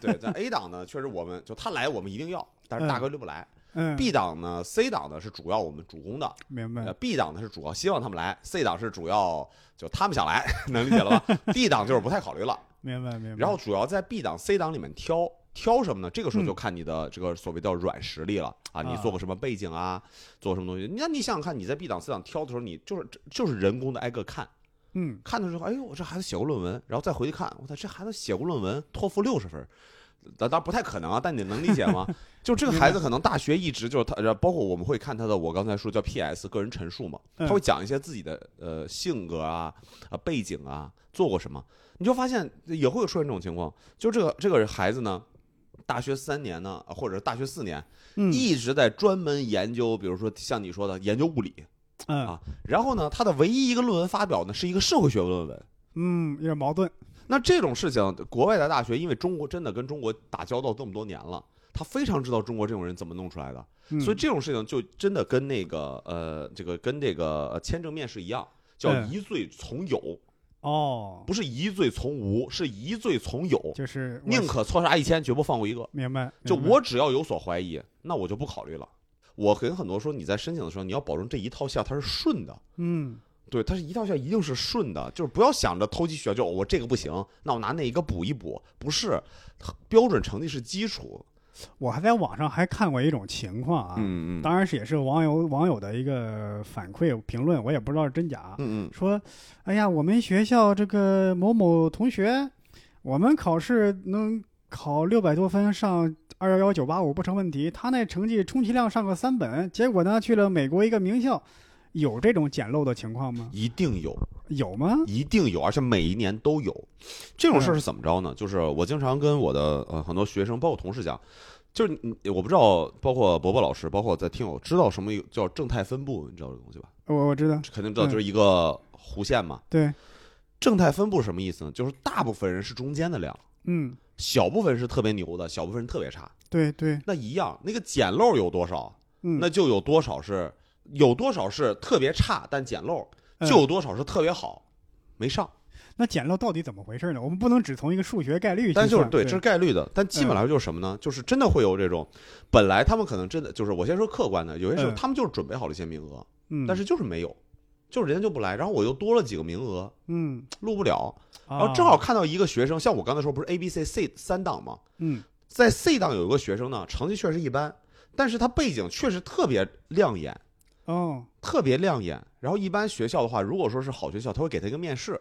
[SPEAKER 2] 对，在 A 档呢，确实我们就他来，我们一定要，但是大概率不来。
[SPEAKER 1] 嗯
[SPEAKER 2] B 档呢，C 档呢是主要我们主攻的，
[SPEAKER 1] 明
[SPEAKER 2] 呃
[SPEAKER 1] 白
[SPEAKER 2] ，B 档呢是主要希望他们来，C 档是主要就他们想来， <laughs> 能理解了吧？D 档就是不太考虑了，
[SPEAKER 1] 明白明白，
[SPEAKER 2] 然后主要在 B 档、C 档里面挑。挑什么呢？这个时候就看你的这个所谓叫软实力了啊！你
[SPEAKER 1] 嗯啊
[SPEAKER 2] 做过什么背景啊？做过什么东西？那你想想看，你在 B 档、C 档挑的时候，你就是就是人工的挨个看，
[SPEAKER 1] 嗯
[SPEAKER 2] 看的时候，哎呦，我这孩子写过论文，然后再回去看，我操，这孩子写过论文，托福六十分儿，当当然不太可能啊，但你能理解吗？ <laughs> 就这个孩子可能大学一直就是他，呃包括我们会看他的，我刚才说叫 P.S. 个人陈述嘛，
[SPEAKER 1] 嗯
[SPEAKER 2] 他会讲一些自己的呃性格啊、啊背景啊、做过什么，你就发现也会出现这种情况，就这个这个孩子呢。大学三年呢，啊或者是大学四年，
[SPEAKER 1] 嗯
[SPEAKER 2] 一直在专门研究，比如说像你说的研究物理，
[SPEAKER 1] 嗯
[SPEAKER 2] 啊然后呢，他的唯一一个论文发表呢是一个社会学论文，
[SPEAKER 1] 嗯有点矛盾，
[SPEAKER 2] 那这种事情，国外的大学，因为中国真的跟中国打交道这么多年了，他非常知道中国这种人怎么弄出来的，
[SPEAKER 1] 嗯
[SPEAKER 2] 所以这种事情就真的跟那个呃，这个跟这个呃签证面试一样，叫
[SPEAKER 1] 嗯
[SPEAKER 2] 疑罪从有，
[SPEAKER 1] 哦
[SPEAKER 2] 不是疑罪从无，是疑罪从有，
[SPEAKER 1] 就是我
[SPEAKER 2] 宁可错杀一千，绝不放过一个。
[SPEAKER 1] 明白，
[SPEAKER 2] 就
[SPEAKER 1] 明白
[SPEAKER 2] 我只要有所怀疑，那我就不考虑了。我跟很多说，你在申请的时候，你要保证这一套线它是顺的，
[SPEAKER 1] 嗯
[SPEAKER 2] 对，它是一套线一定是顺的，就是不要想着投机取巧，就哦我这个不行，那我拿那一个补一补，不是标准成绩是基础。
[SPEAKER 1] 我还在网上还看过一种情况啊，
[SPEAKER 2] 嗯
[SPEAKER 1] 当然是也是网友网友的一个反馈评论，我也不知道是真假，
[SPEAKER 2] 嗯嗯
[SPEAKER 1] 说，哎呀，我们学校这个某某同学，我们考试能考六百多分，上二幺幺九八五不成问题。他那成绩充其量上个三本，结果呢去了美国一个名校，有这种捡漏的情况吗？
[SPEAKER 2] 一定有，
[SPEAKER 1] 有吗？
[SPEAKER 2] 一定有，而且每一年都有。这种事儿是怎么着呢？就是我经常跟我的呃很多学生，包括同事讲，就是你我不知道，包括伯伯老师，包括在听友知道什么叫正态分布，你知道这东西吧？
[SPEAKER 1] 我我知道，
[SPEAKER 2] 肯定知道，
[SPEAKER 1] 嗯
[SPEAKER 2] 就是一个弧线嘛。
[SPEAKER 1] 对，
[SPEAKER 2] 正态分布是什么意思呢？就是大部分人是中间的量，
[SPEAKER 1] 嗯，
[SPEAKER 2] 小部分是特别牛的，小部分人特别差。
[SPEAKER 1] 对对，
[SPEAKER 2] 那一样，那个捡漏有多少，
[SPEAKER 1] 嗯，
[SPEAKER 2] 那就有多少是有多少是特别差但捡漏，
[SPEAKER 1] 嗯
[SPEAKER 2] 就有多少是特别好，没上。
[SPEAKER 1] 那捡漏到底怎么回事呢？我们不能只从一个数学概率去
[SPEAKER 2] 但
[SPEAKER 1] 算，
[SPEAKER 2] 就是
[SPEAKER 1] 对，嗯
[SPEAKER 2] 这是概率的。但基本来说就是什么呢？就是真的会有这种，本来他们可能真的就是我先说客观的，有些时候
[SPEAKER 1] 嗯
[SPEAKER 2] 他们就是准备好了一些名额，
[SPEAKER 1] 嗯，
[SPEAKER 2] 但是就是没有，就是人家就不来，然后我又多了几个名额，
[SPEAKER 1] 嗯，
[SPEAKER 2] 录不了。
[SPEAKER 1] 啊
[SPEAKER 2] 然哦后正好，看到一个学生，像我刚才说不是 A、B、C、C 三档吗？
[SPEAKER 1] 嗯
[SPEAKER 2] 在 C 档有一个学生呢，成绩确实一般，但是他背景确实特别亮眼。
[SPEAKER 1] 哦，
[SPEAKER 2] 特别亮眼。然后一般学校的话，如果说是好学校，他会给他一个面试，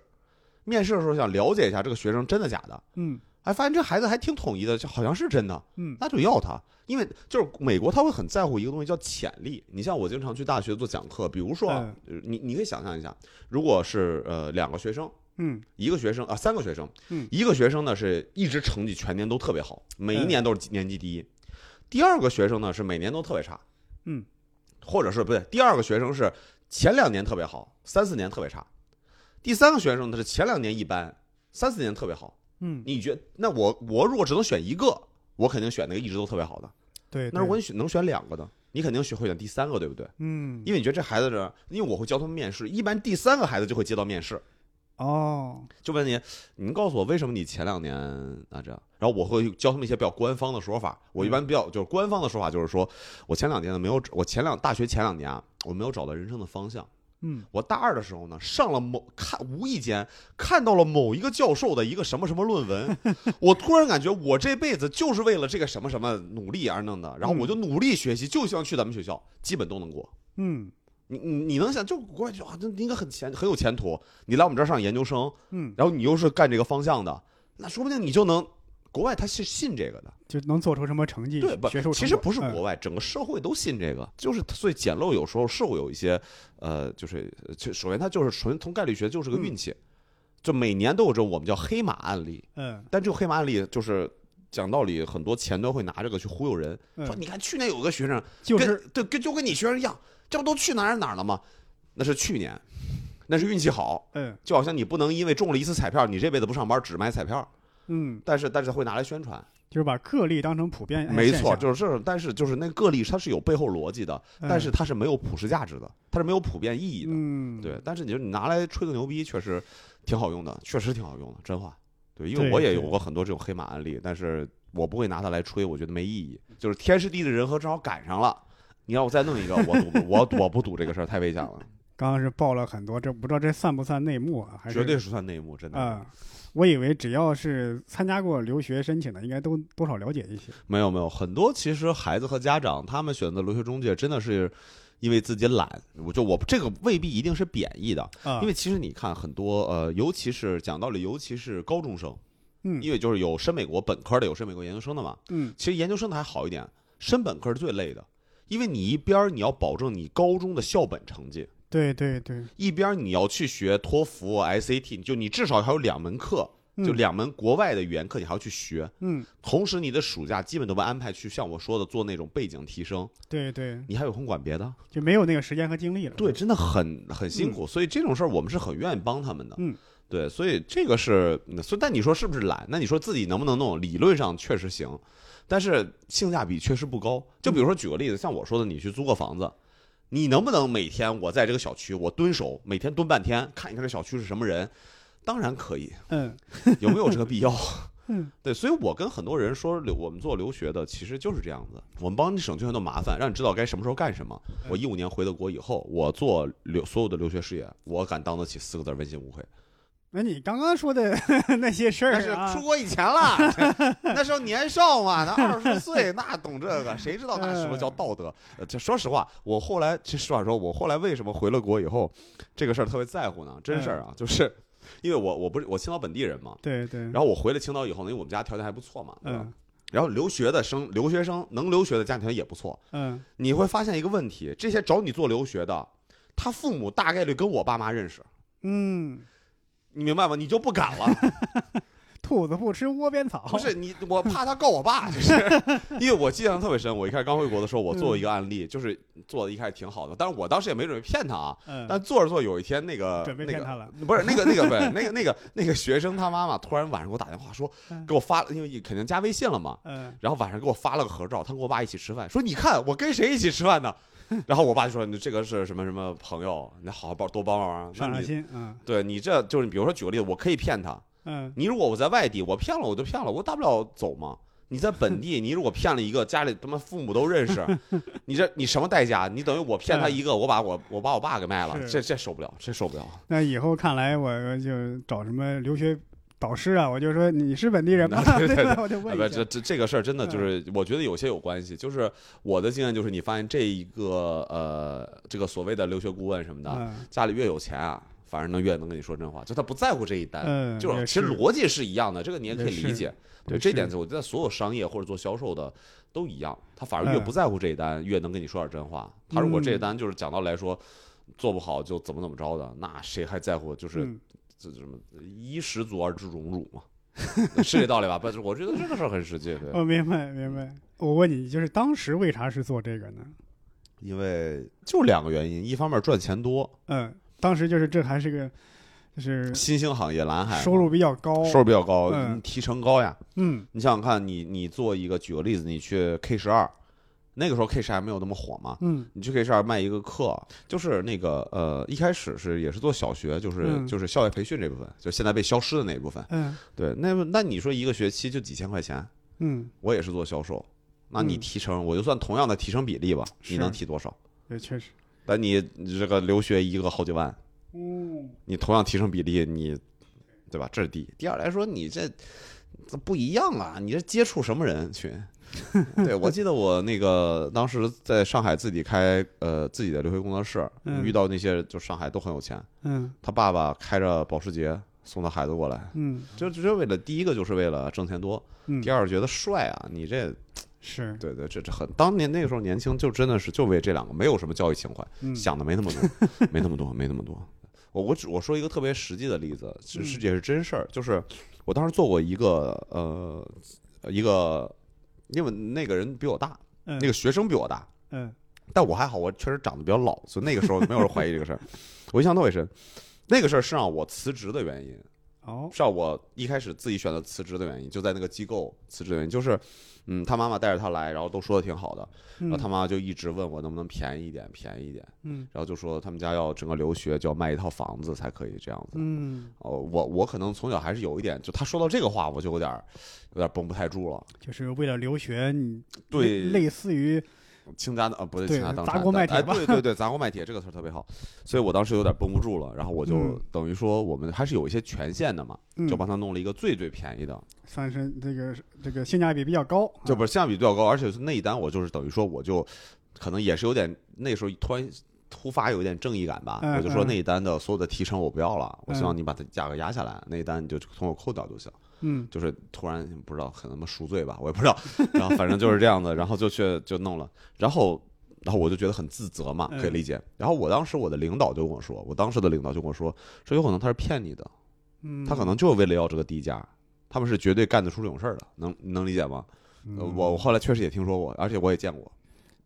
[SPEAKER 2] 面试的时候想了解一下这个学生真的假的，
[SPEAKER 1] 嗯
[SPEAKER 2] 哎，发现这孩子还挺统一的，就好像是真的，
[SPEAKER 1] 嗯
[SPEAKER 2] 那就要他。因为就是美国，他会很在乎一个东西叫潜力。你像我经常去大学做讲课，比如说啊，呃你你可以想象一下，如果是呃两个学生。
[SPEAKER 1] 嗯
[SPEAKER 2] 一个学生啊，三个学生，
[SPEAKER 1] 嗯
[SPEAKER 2] 一个学生呢是一直成绩全年都特别好，每一
[SPEAKER 1] 嗯
[SPEAKER 2] 年都是年级第一。第二个学生呢是每年都特别差，
[SPEAKER 1] 嗯，
[SPEAKER 2] 或者是不对，第二个学生是前两年特别好，三四年特别差，第三个学生呢是前两年一般，三四年特别好。
[SPEAKER 1] 嗯，
[SPEAKER 2] 你觉那我我如果只能选一个，我肯定选那个一直都特别好的。
[SPEAKER 1] 对，对
[SPEAKER 2] 那如果你选能选两个呢，你肯定选会选第三个，对不对？
[SPEAKER 1] 嗯
[SPEAKER 2] 因为你觉得这孩子这，因为我会教他们面试，一般第三个孩子就会接到面试，
[SPEAKER 1] 哦，
[SPEAKER 2] 就问你，您告诉我为什么你前两年啊这样？然后我会教他们一些比较官方的说法。我一般比较就是官方的说法就是说，我前两年呢没有，我前两大学前两年啊，我没有找到人生的方向。
[SPEAKER 1] 嗯
[SPEAKER 2] 我大二的时候呢，上了某看无意间看到了某一个教授的一个什么什么论文，我突然感觉我这辈子就是为了这个什么什么努力而弄的，然后我就努力学习，就想去咱们学校，基本都能过。
[SPEAKER 1] 嗯
[SPEAKER 2] 你你你能想，就国外就啊，这应该很前很有前途。你来我们这儿上研究生，
[SPEAKER 1] 嗯，
[SPEAKER 2] 然后你又是干这个方向的，那说不定你就能。国外他是信这个的，
[SPEAKER 1] 就能做出什么成绩？
[SPEAKER 2] 对不
[SPEAKER 1] 学术？成
[SPEAKER 2] 其实
[SPEAKER 1] 果
[SPEAKER 2] 不是
[SPEAKER 1] 嗯
[SPEAKER 2] 国外，整个社会都信这个，就是所以捡漏有时候是会有一些，呃，就是就首先它就是纯从概率学就是个运气，就每年都有这种我们叫黑马案例，
[SPEAKER 1] 嗯
[SPEAKER 2] 但这个黑马案例就是讲道理，很多前端会拿这个去忽悠人，说
[SPEAKER 1] 嗯，
[SPEAKER 2] 你看去年有个学生
[SPEAKER 1] 就是
[SPEAKER 2] 跟对跟就跟你学生一样，这不都去哪儿哪儿了吗？那是去年，那是运气好，
[SPEAKER 1] 嗯
[SPEAKER 2] 就好像你不能因为中了一次彩票，你这辈子不上班只卖彩票，
[SPEAKER 1] 嗯，
[SPEAKER 2] 但是但是会拿来宣传，
[SPEAKER 1] 就是把个例当成普遍
[SPEAKER 2] 没
[SPEAKER 1] 哎现
[SPEAKER 2] 错，
[SPEAKER 1] 象
[SPEAKER 2] 就是这种，但是就是那个例它是有背后逻辑的，但是它是没有普世价值的，它是没有普遍意义的，
[SPEAKER 1] 嗯，
[SPEAKER 2] 对。但是你就你拿来吹个牛逼，确实挺好用的，确实挺好用的，真话。对，因为
[SPEAKER 1] 对
[SPEAKER 2] 我也
[SPEAKER 1] 对
[SPEAKER 2] 有过很多这种黑马案例，但是我不会拿它来吹，我觉得没意义。就是天时地利人和正好赶上了，你让我再弄一个，我赌不我我不赌这个事儿太危险了，
[SPEAKER 1] 刚刚是爆了很多，这不知道这算不算内幕啊？还是
[SPEAKER 2] 绝对是算内幕，真的。
[SPEAKER 1] 啊、我以为只要是参加过留学申请的，应该都多少了解一些。
[SPEAKER 2] 没有没有，很多其实孩子和家长他们选择留学中介，真的是因为自己懒。我就我这个未必一定是贬义的，
[SPEAKER 1] 啊，
[SPEAKER 2] 因为其实你看很多呃，尤其是讲道理，尤其是高中生，
[SPEAKER 1] 嗯
[SPEAKER 2] 因为就是有申美国本科的，有申美国研究生的嘛。
[SPEAKER 1] 嗯
[SPEAKER 2] 其实研究生的还好一点，申本科是最累的，因为你一边儿你要保证你高中的校本成绩，
[SPEAKER 1] 对对对，
[SPEAKER 2] 一边儿你要去学托福、SAT，就你至少还有两门课，就
[SPEAKER 1] 嗯
[SPEAKER 2] 两门国外的语言课你还要去学。
[SPEAKER 1] 嗯，
[SPEAKER 2] 同时，你的暑假基本都被安排去像我说的做那种背景提升，
[SPEAKER 1] 对对，
[SPEAKER 2] 你还有空管别的？
[SPEAKER 1] 就没有那个时间和精力了。
[SPEAKER 2] 对，，真的很很辛苦，所以这种事儿我们是很愿意帮他们的。
[SPEAKER 1] 嗯，
[SPEAKER 2] 对，所以这个是，嗯所以但你说是不是懒？那你说自己能不能弄？理论上确实行，但是性价比确实不高。就比如说举个例子，像我说的，你去租个房子。你能不能每天我在这个小区我蹲守，每天蹲半天，看一看这小区是什么人？当然可以，
[SPEAKER 1] 嗯
[SPEAKER 2] 有没有这个必要？ <laughs>
[SPEAKER 1] 嗯，
[SPEAKER 2] 对，所以我跟很多人说，留我们做留学的其实就是这样子，我们帮你省去很多麻烦，让你知道该什么时候干什么。我一五年回的国以后，我做留所有的留学事业，我敢当得起四个字儿问心无愧。
[SPEAKER 1] 那你刚刚说的 <laughs> 那些事儿
[SPEAKER 2] 但是
[SPEAKER 1] 啊，
[SPEAKER 2] 出国以前了，那时候年少嘛，那二十岁那懂这个，谁知道那什么叫道德？呃这说实话，我后来其实实话说，我后来为什么回了国以后，这个事儿特别在乎呢？真事儿啊，就是因为我我不是我青岛本地人嘛，
[SPEAKER 1] 对对，
[SPEAKER 2] 然后我回了青岛以后呢，因为我们家条件还不错嘛，对吧？
[SPEAKER 1] 嗯
[SPEAKER 2] 然后留学的生留学生能留学的家庭也不错，
[SPEAKER 1] 嗯
[SPEAKER 2] 你会发现一个问题：这些找你做留学的，他父母大概率跟我爸妈认识，
[SPEAKER 1] 嗯，
[SPEAKER 2] 你明白吗？你就不敢
[SPEAKER 1] <laughs>
[SPEAKER 2] 了，
[SPEAKER 1] 兔子不吃窝边草。
[SPEAKER 2] 不是你，我怕他告我爸，
[SPEAKER 1] <laughs>
[SPEAKER 2] 就是因为我印象特别深。我一开始刚回国的时候，我做过一个案例，就是做的一开始挺好的，但是我当时也没准备骗他啊。
[SPEAKER 1] 嗯，
[SPEAKER 2] 但做着做，有一天那个
[SPEAKER 1] 准备
[SPEAKER 2] 那
[SPEAKER 1] 骗
[SPEAKER 2] 个
[SPEAKER 1] 他了。
[SPEAKER 2] 不是那个那个不是那个那个那个学生他妈妈突然晚上给我打电话说
[SPEAKER 1] 嗯，
[SPEAKER 2] 给我发了，因为肯定加微信了嘛，
[SPEAKER 1] 嗯
[SPEAKER 2] 然后晚上给我发了个合照，他跟我爸一起吃饭，说你看我跟谁一起吃饭呢？ <laughs> 然后我爸就说你这个是什么什么朋友，你好好帮多帮帮忙。
[SPEAKER 1] 上
[SPEAKER 2] 那
[SPEAKER 1] 上
[SPEAKER 2] 你
[SPEAKER 1] 心啊，
[SPEAKER 2] 对你这就是比如说举个例子，我可以骗他，
[SPEAKER 1] 嗯
[SPEAKER 2] 你如果我在外地，我骗了我就骗了，我大不了走嘛。你在
[SPEAKER 1] <laughs>
[SPEAKER 2] 本地，你如果骗了一个家里他妈父母都认识，你这你什么代价？你等于我骗他一个，我把我我把我爸给卖了，
[SPEAKER 1] 是
[SPEAKER 2] 这这受不了，这受不了。
[SPEAKER 1] 那以后看来我就找什么留学导师啊，我就说你是本地人吗？ <laughs>
[SPEAKER 2] 对对对
[SPEAKER 1] 吧？我就
[SPEAKER 2] 啊，
[SPEAKER 1] 问
[SPEAKER 2] 不，
[SPEAKER 1] 一下嗯
[SPEAKER 2] 这。这这个事儿真的就是，我觉得有些有关系。就是我的经验就是，你发现这一个呃，这个所谓的留学顾问什么的，
[SPEAKER 1] 嗯
[SPEAKER 2] 家里越有钱啊，反而能越能跟你说真话，就他不在乎这一单，
[SPEAKER 1] 嗯，
[SPEAKER 2] 哎就
[SPEAKER 1] 也
[SPEAKER 2] 是其实逻辑是一样的，这个你也可
[SPEAKER 1] 也
[SPEAKER 2] 以理
[SPEAKER 1] 是
[SPEAKER 2] 解。
[SPEAKER 1] 也
[SPEAKER 2] 对这
[SPEAKER 1] 是
[SPEAKER 2] 点，我觉得所有商业或者做销售的都一样，他反而越不在乎这一单，越能跟你说点真话。他如果这一
[SPEAKER 1] 嗯
[SPEAKER 2] 单就是讲到来说做不好就怎么怎么着的，那谁还在乎？就是
[SPEAKER 1] 嗯
[SPEAKER 2] 这什么衣食足而知荣辱嘛。 <laughs> 是这道理吧？不是，我觉得这个事儿很实际。对，
[SPEAKER 1] 我哦明白明白。我问你，就是当时为啥是做这个呢？
[SPEAKER 2] 因为就两个原因，一方面赚钱多，
[SPEAKER 1] 嗯，当时就是这还是个就是
[SPEAKER 2] 新兴行业蓝海嘛
[SPEAKER 1] 收入比较高，
[SPEAKER 2] 哎收入比较高，
[SPEAKER 1] 嗯
[SPEAKER 2] 你提成高呀。
[SPEAKER 1] 嗯
[SPEAKER 2] 你想想看，你你做一个，举个例子，你去 K 十二，那个时候 K 十还没有那么火嘛。
[SPEAKER 1] 嗯
[SPEAKER 2] 你去 K 十二卖一个课，就是那个呃，一开始是也是做小学，就是、
[SPEAKER 1] 嗯
[SPEAKER 2] 就是校外培训这部分，就现在被消失的那一部分。
[SPEAKER 1] 嗯
[SPEAKER 2] 对，那那你说一个学期就几千块钱，
[SPEAKER 1] 嗯，
[SPEAKER 2] 我也是做销售，那你
[SPEAKER 1] 嗯
[SPEAKER 2] 提成，我就算同样的提成比例吧，你
[SPEAKER 1] 是
[SPEAKER 2] 能提多少？
[SPEAKER 1] 也确实，
[SPEAKER 2] 但你你这个留学一个好几万，
[SPEAKER 1] 嗯，
[SPEAKER 2] 你同样提升比例，你对吧？这是第一。第二来说，你这这不一样啊，你这接触什么人群？对，我记得我那个当时在上海自己开呃自己的留学工作室，
[SPEAKER 1] 嗯
[SPEAKER 2] 遇到那些就上海都很有钱，
[SPEAKER 1] 嗯
[SPEAKER 2] 他爸爸开着保时捷送他孩子过来，
[SPEAKER 1] 嗯
[SPEAKER 2] 就就为了第一个就是为了挣钱多，
[SPEAKER 1] 嗯
[SPEAKER 2] 第，二觉得帅啊，你这
[SPEAKER 1] 是，
[SPEAKER 2] 对对这这很当年那个时候年轻就真的是就为这两个没有什么教育情怀。
[SPEAKER 1] 嗯
[SPEAKER 2] 想的没那么多，没那么多，没那么多。我我只我说一个特别实际的例子，是是
[SPEAKER 1] 嗯
[SPEAKER 2] 也是真事儿，就是我当时做过一个呃一个，因为那个人比我大，
[SPEAKER 1] 嗯
[SPEAKER 2] 那个学生比我大，
[SPEAKER 1] 嗯
[SPEAKER 2] 但我还好，我确实长得比较老，所以那个时候没有人怀疑这个事儿。我印象特别深，那个事儿是让我辞职的原因，
[SPEAKER 1] 哦
[SPEAKER 2] 是让我一开始自己选择辞职的原因，就在那个机构辞职的原因，就是嗯，他妈妈带着他来，然后都说的挺好的，然后他妈就一直问我能不能便宜一点，便宜一点。
[SPEAKER 1] 嗯
[SPEAKER 2] 然后就说他们家要整个留学就要卖一套房子才可以这样子。
[SPEAKER 1] 嗯，
[SPEAKER 2] 哦，我我可能从小还是有一点，就他说到这个话，我就有点儿有点绷不太住了。
[SPEAKER 1] 就是为了留学，你
[SPEAKER 2] 对
[SPEAKER 1] 类类似于
[SPEAKER 2] 倾家呃不对，
[SPEAKER 1] 对
[SPEAKER 2] 倾家荡
[SPEAKER 1] 砸
[SPEAKER 2] 产，
[SPEAKER 1] 锅卖
[SPEAKER 2] 但哎
[SPEAKER 1] 铁吧
[SPEAKER 2] 对对对，砸锅卖铁这个词儿特别好，所以我当时有点绷不住了，然后我就、
[SPEAKER 1] 嗯
[SPEAKER 2] 等于说我们还是有一些权限的嘛，
[SPEAKER 1] 嗯
[SPEAKER 2] 就帮他弄了一个最最便宜的，
[SPEAKER 1] 算是这个这个性价比比较高，啊
[SPEAKER 2] 就不是性价比比较高，而且是那一单我就是等于说我就可能也是有点那时候突然突发有一点正义感吧，
[SPEAKER 1] 嗯
[SPEAKER 2] 我就说
[SPEAKER 1] 嗯
[SPEAKER 2] 那一单的所有的提成我不要了，我希望
[SPEAKER 1] 嗯
[SPEAKER 2] 你把它价格压下来，那一单你就从我扣掉就行。
[SPEAKER 1] 嗯
[SPEAKER 2] 就是突然不知道可能他妈赎罪吧，我也不知
[SPEAKER 1] <laughs>
[SPEAKER 2] 道，然后反正就是这样的，然后就去就弄了，然后然后我就觉得很自责嘛，
[SPEAKER 1] 嗯
[SPEAKER 2] 可以理解。然后我当时我的领导就跟我说，我当时的领导就跟我说，说有可能他是骗你的，
[SPEAKER 1] 嗯，
[SPEAKER 2] 他可能就是为了要这个低价，他们是绝对干得出这种事儿的，能能理解吗？
[SPEAKER 1] 嗯
[SPEAKER 2] 呃我我后来确实也听说过，而且我也见过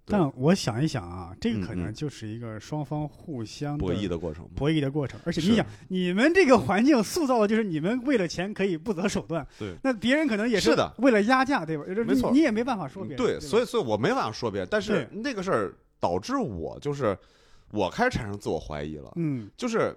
[SPEAKER 2] 对
[SPEAKER 1] 但我想一想啊，这个可
[SPEAKER 2] 嗯
[SPEAKER 1] 能
[SPEAKER 2] 嗯
[SPEAKER 1] 就是一个双方互相
[SPEAKER 2] 博弈
[SPEAKER 1] 的
[SPEAKER 2] 的过程嘛。
[SPEAKER 1] 博弈的过程，而且
[SPEAKER 2] 是
[SPEAKER 1] 你想，你们这个环境塑造的就是你们为了钱可以不择手段，
[SPEAKER 2] 对，
[SPEAKER 1] 那别人可能也
[SPEAKER 2] 是的
[SPEAKER 1] 为了压价，对吧？就是
[SPEAKER 2] 没错嗯
[SPEAKER 1] 你你也没办法说别人，
[SPEAKER 2] 对，所
[SPEAKER 1] 以
[SPEAKER 2] 以所以我没办法说别人，但是那个事儿导致我就是我开始产生自我怀疑了，
[SPEAKER 1] 嗯
[SPEAKER 2] 就是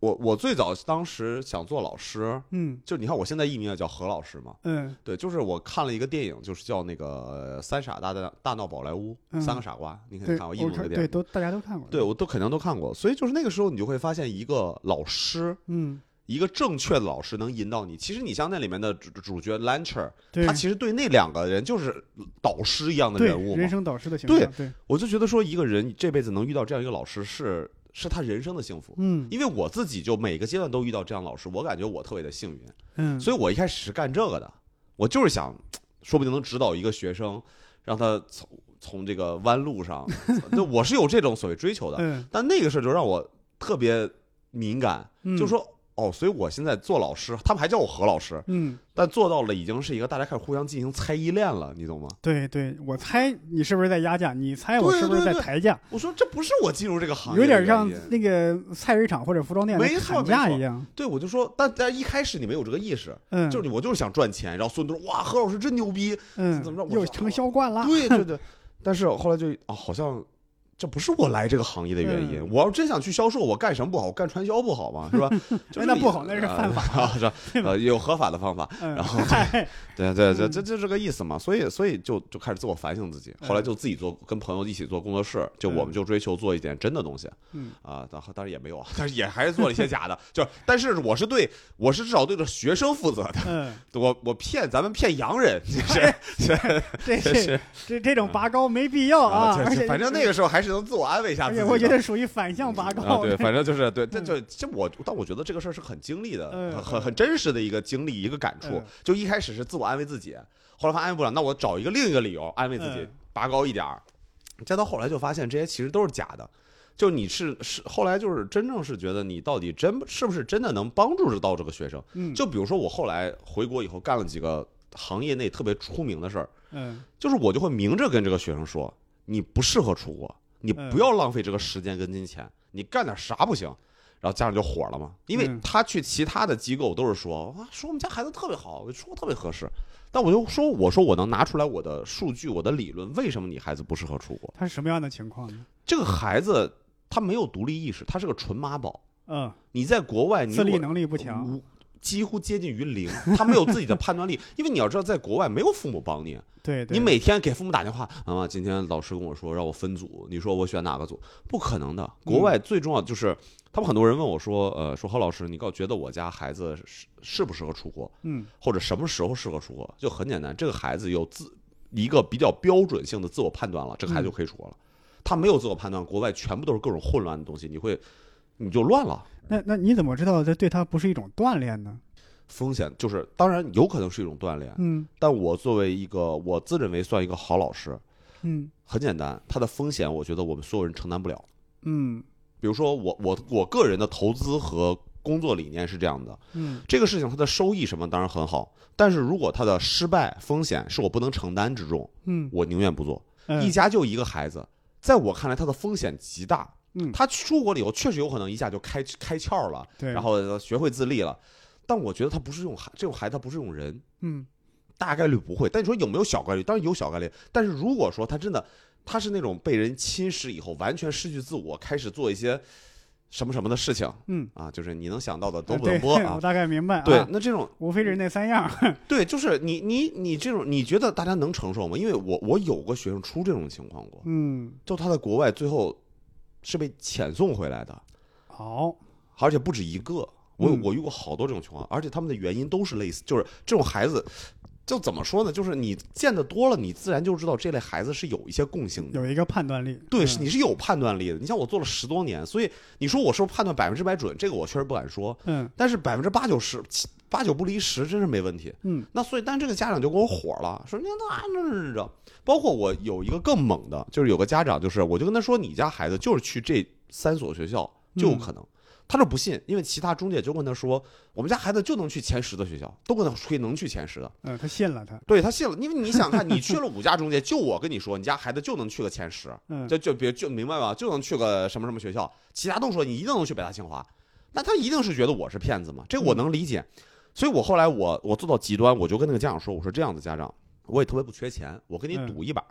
[SPEAKER 2] 我我最早当时想做老师，
[SPEAKER 1] 嗯
[SPEAKER 2] 就你看我现在艺名也叫何老师嘛，
[SPEAKER 1] 嗯
[SPEAKER 2] 对，就是我看了一个电影，就是叫那个呃《三傻大大大闹宝莱坞》，
[SPEAKER 1] 嗯
[SPEAKER 2] 三个傻瓜，你肯定
[SPEAKER 1] 对，
[SPEAKER 2] 看过，
[SPEAKER 1] 我
[SPEAKER 2] 印度
[SPEAKER 1] 看
[SPEAKER 2] 的
[SPEAKER 1] 对
[SPEAKER 2] 电影。
[SPEAKER 1] 都大家都看过，
[SPEAKER 2] 对，，我都肯定都看过，所以就是那个时候，你就会发现一个老师，
[SPEAKER 1] 嗯
[SPEAKER 2] 一个正确的老师能引导你。其实你像那里面的主主角 Lancher，
[SPEAKER 1] 对
[SPEAKER 2] 他，其实对那两个人就是导师一样的
[SPEAKER 1] 对
[SPEAKER 2] 人物嘛
[SPEAKER 1] 人。生导师的形象，
[SPEAKER 2] 对
[SPEAKER 1] 对，
[SPEAKER 2] 我就觉得说，一个人这辈子能遇到这样一个老师是，是他人生的幸福。
[SPEAKER 1] 嗯
[SPEAKER 2] 因为我自己就每个阶段都遇到这样的老师，我感觉我特别的幸运，
[SPEAKER 1] 嗯，
[SPEAKER 2] 所以我一开始是干这个的，我就是想，说不定能指导一个学生，让他从从这个弯
[SPEAKER 1] <laughs>
[SPEAKER 2] 路上，就我是有这种所谓追求的，
[SPEAKER 1] 嗯
[SPEAKER 2] 但那个事儿就让我特别敏感，
[SPEAKER 1] 嗯，
[SPEAKER 2] 就说哦，所以我现在做老师，他们还叫我何老师，
[SPEAKER 1] 嗯，
[SPEAKER 2] 但做到了已经是一个大家开始互相进行猜疑链了，你懂吗？
[SPEAKER 1] 对对，我猜你是不是在压价？你猜我
[SPEAKER 2] 对
[SPEAKER 1] 是不是
[SPEAKER 2] 对
[SPEAKER 1] 在
[SPEAKER 2] 对
[SPEAKER 1] 抬价？
[SPEAKER 2] 我说这不是我进入这个行业
[SPEAKER 1] 有
[SPEAKER 2] 的原
[SPEAKER 1] 点
[SPEAKER 2] 因，
[SPEAKER 1] 像那个菜市场或者服装店
[SPEAKER 2] 没
[SPEAKER 1] 的砍
[SPEAKER 2] 错没
[SPEAKER 1] 价
[SPEAKER 2] 错
[SPEAKER 1] 一样，
[SPEAKER 2] 对，我就说，但但一开始你没有这个意识，
[SPEAKER 1] 嗯，
[SPEAKER 2] 就是你我就是想赚钱，然后所有人都说哇，何老师真牛逼，
[SPEAKER 1] 嗯
[SPEAKER 2] 怎么着我
[SPEAKER 1] 又
[SPEAKER 2] 操
[SPEAKER 1] 成销冠了，
[SPEAKER 2] 对对对，但是后来就啊，好像这不是我来这个行业的原因。
[SPEAKER 1] 嗯
[SPEAKER 2] 我要真想去销售，我干什么不好？我干传销不好吗？是吧？
[SPEAKER 1] <laughs>
[SPEAKER 2] 就是
[SPEAKER 1] 哎那
[SPEAKER 2] 你
[SPEAKER 1] 不好那是犯
[SPEAKER 2] 法，啊、
[SPEAKER 1] <laughs>
[SPEAKER 2] 是吧呃有合法的方法。
[SPEAKER 1] 嗯，
[SPEAKER 2] 然后
[SPEAKER 1] 嗨
[SPEAKER 2] 对对对，这这这个意思嘛。所以所以就就开始自我反省自己，后来就自己做，跟朋友一起做工作室，就我们就追求做一点真的东西。
[SPEAKER 1] 嗯
[SPEAKER 2] 啊，然后当然也没有啊，但是也还是做了一些假的。就是但是我是对我是至少对着学生负责的，
[SPEAKER 1] 嗯，
[SPEAKER 2] 我我骗咱们骗洋人，你是
[SPEAKER 1] 这
[SPEAKER 2] <laughs> 是嗯
[SPEAKER 1] 这这这种拔高没必要啊，
[SPEAKER 2] 对
[SPEAKER 1] 而且
[SPEAKER 2] 反正那个时候还是能自我安慰一下
[SPEAKER 1] 而
[SPEAKER 2] 自己的。
[SPEAKER 1] 且我觉得属于反向拔
[SPEAKER 2] 啊，
[SPEAKER 1] 高，
[SPEAKER 2] 对，反正就是对，这就这我，但我觉得这个事儿是很经历的，
[SPEAKER 1] 嗯
[SPEAKER 2] 很很很真实的一个经历，一个感触
[SPEAKER 1] 嗯。
[SPEAKER 2] 就一开始是自我安慰自己，后来发现安慰不了，那我找一个另一个理由安慰自己
[SPEAKER 1] 嗯，
[SPEAKER 2] 拔高一点儿。再到后来就发现这些其实都是假的，就你是是后来就是真正是觉得你到底真是不是真的能帮助到这个学生？
[SPEAKER 1] 嗯
[SPEAKER 2] 就比如说我后来回国以后干了几个行业内特别出名的事儿，
[SPEAKER 1] 嗯
[SPEAKER 2] 就是我就会明着跟这个学生说，你不适合出国，你
[SPEAKER 1] 嗯
[SPEAKER 2] 不要浪费这个时间跟金钱，你干点啥不行？然后家长就火了嘛，因为
[SPEAKER 1] 嗯
[SPEAKER 2] 他去其他的机构都是说啊，说我们家孩子特别好，说特别合适，但我就说我说我能拿出来我的数据，我的理论，为什么你孩子不适合出国？
[SPEAKER 1] 他是什么样的情况呢？
[SPEAKER 2] 这个孩子他没有独立意识，他是个纯妈宝。
[SPEAKER 1] 嗯，
[SPEAKER 2] 你在国外，你
[SPEAKER 1] 自立
[SPEAKER 2] 我
[SPEAKER 1] 能力不强。
[SPEAKER 2] 无几乎接近于零，他没有自己的判断力，因为你要知道，在国外没有父母帮你，
[SPEAKER 1] 对对，
[SPEAKER 2] 你每天给父母打电话，妈妈，今天老师跟我说让我分组，你说我选哪个组？不可能的。国外最重要就是，他们很多人问我说，呃，说何老师，你告觉得我家孩子适适不适合出国，
[SPEAKER 1] 嗯
[SPEAKER 2] 或者什么时候适合出国？就很简单，这个孩子有自一个比较标准性的自我判断了，这个孩子就可以出国了。他没有自我判断，国外全部都是各种混乱的东西，你会你就乱了。
[SPEAKER 1] 那那你怎么知道这对他不是一种锻炼呢？
[SPEAKER 2] 风险就是，当然有可能是一种锻炼，
[SPEAKER 1] 嗯
[SPEAKER 2] 但我作为一个我自认为算一个好老师，
[SPEAKER 1] 嗯
[SPEAKER 2] 很简单，它的风险我觉得我们所有人承担不了。
[SPEAKER 1] 嗯
[SPEAKER 2] 比如说我我我个人的投资和工作理念是这样的，
[SPEAKER 1] 嗯
[SPEAKER 2] 这个事情它的收益什么当然很好，但是如果它的失败风险是我不能承担之重，
[SPEAKER 1] 嗯
[SPEAKER 2] 我宁愿不做。
[SPEAKER 1] 嗯，
[SPEAKER 2] 一家就一个孩子，在我看来它的风险极大。
[SPEAKER 1] 嗯
[SPEAKER 2] 他出国了以后确实有可能一下就开开窍了，
[SPEAKER 1] 对，
[SPEAKER 2] 然后学会自立了，但我觉得他不是这种孩，这种孩子他不是这种人。
[SPEAKER 1] 嗯
[SPEAKER 2] 大概率不会。但你说有没有小概率？当然有小概率。但是如果说他真的，他是那种被人侵蚀以后完全失去自我，开始做一些什么什么的事情
[SPEAKER 1] 嗯，
[SPEAKER 2] 啊，就是你能想到的
[SPEAKER 1] 呃
[SPEAKER 2] 都不能
[SPEAKER 1] 对
[SPEAKER 2] 播
[SPEAKER 1] <laughs> 我
[SPEAKER 2] 啊。
[SPEAKER 1] 大概明白。
[SPEAKER 2] 对，，那这种
[SPEAKER 1] 无非是那三
[SPEAKER 2] <laughs>
[SPEAKER 1] 样。
[SPEAKER 2] 对，就是你你你这种，你觉得大家能承受吗？因为我我有过学生出这种情况过，
[SPEAKER 1] 嗯，
[SPEAKER 2] 就他在国外最后是被遣送回来的，
[SPEAKER 1] 好，
[SPEAKER 2] 而且不止一个。我
[SPEAKER 1] 嗯
[SPEAKER 2] 我遇过好多这种情况，而且他们的原因都是类似，就是这种孩子，就怎么说呢？就是你见得多了，你自然就知道这类孩子是有一些共性的。
[SPEAKER 1] 有一个判断力。
[SPEAKER 2] 对，
[SPEAKER 1] 嗯
[SPEAKER 2] 是你是有判断力的。你像我做了十多年，所以你说我是不是判断百分之百准？这个我确实不敢说，
[SPEAKER 1] 嗯
[SPEAKER 2] 但是百分之八九十、七八九不离十，真是没问题。
[SPEAKER 1] 嗯
[SPEAKER 2] 那所以，但这个家长就跟我火了，说你那那这，包括我有一个更猛的，就是有个家长，就是我就跟他说，你家孩子就是去这三所学校
[SPEAKER 1] 嗯
[SPEAKER 2] 就有可能，他就不信，因为其他中介就跟他说，我们家孩子就能去前十的学校，都跟他吹能去前十的，
[SPEAKER 1] 嗯，他信了他。
[SPEAKER 2] 对他信了，因为你想看，你去了五家中介，就我跟你说，你家孩子就能去个前十，
[SPEAKER 1] <laughs> 嗯
[SPEAKER 2] 就就别就明白吧，就能去个什么什么学校，其他都说你一定能去北大清华，那他一定是觉得我是骗子嘛，这个
[SPEAKER 1] 嗯
[SPEAKER 2] 我能理解。所以我后来我我做到极端，我就跟那个家长说，我说这样的家长，我也特别不缺钱，我跟你
[SPEAKER 1] 嗯
[SPEAKER 2] 赌一把，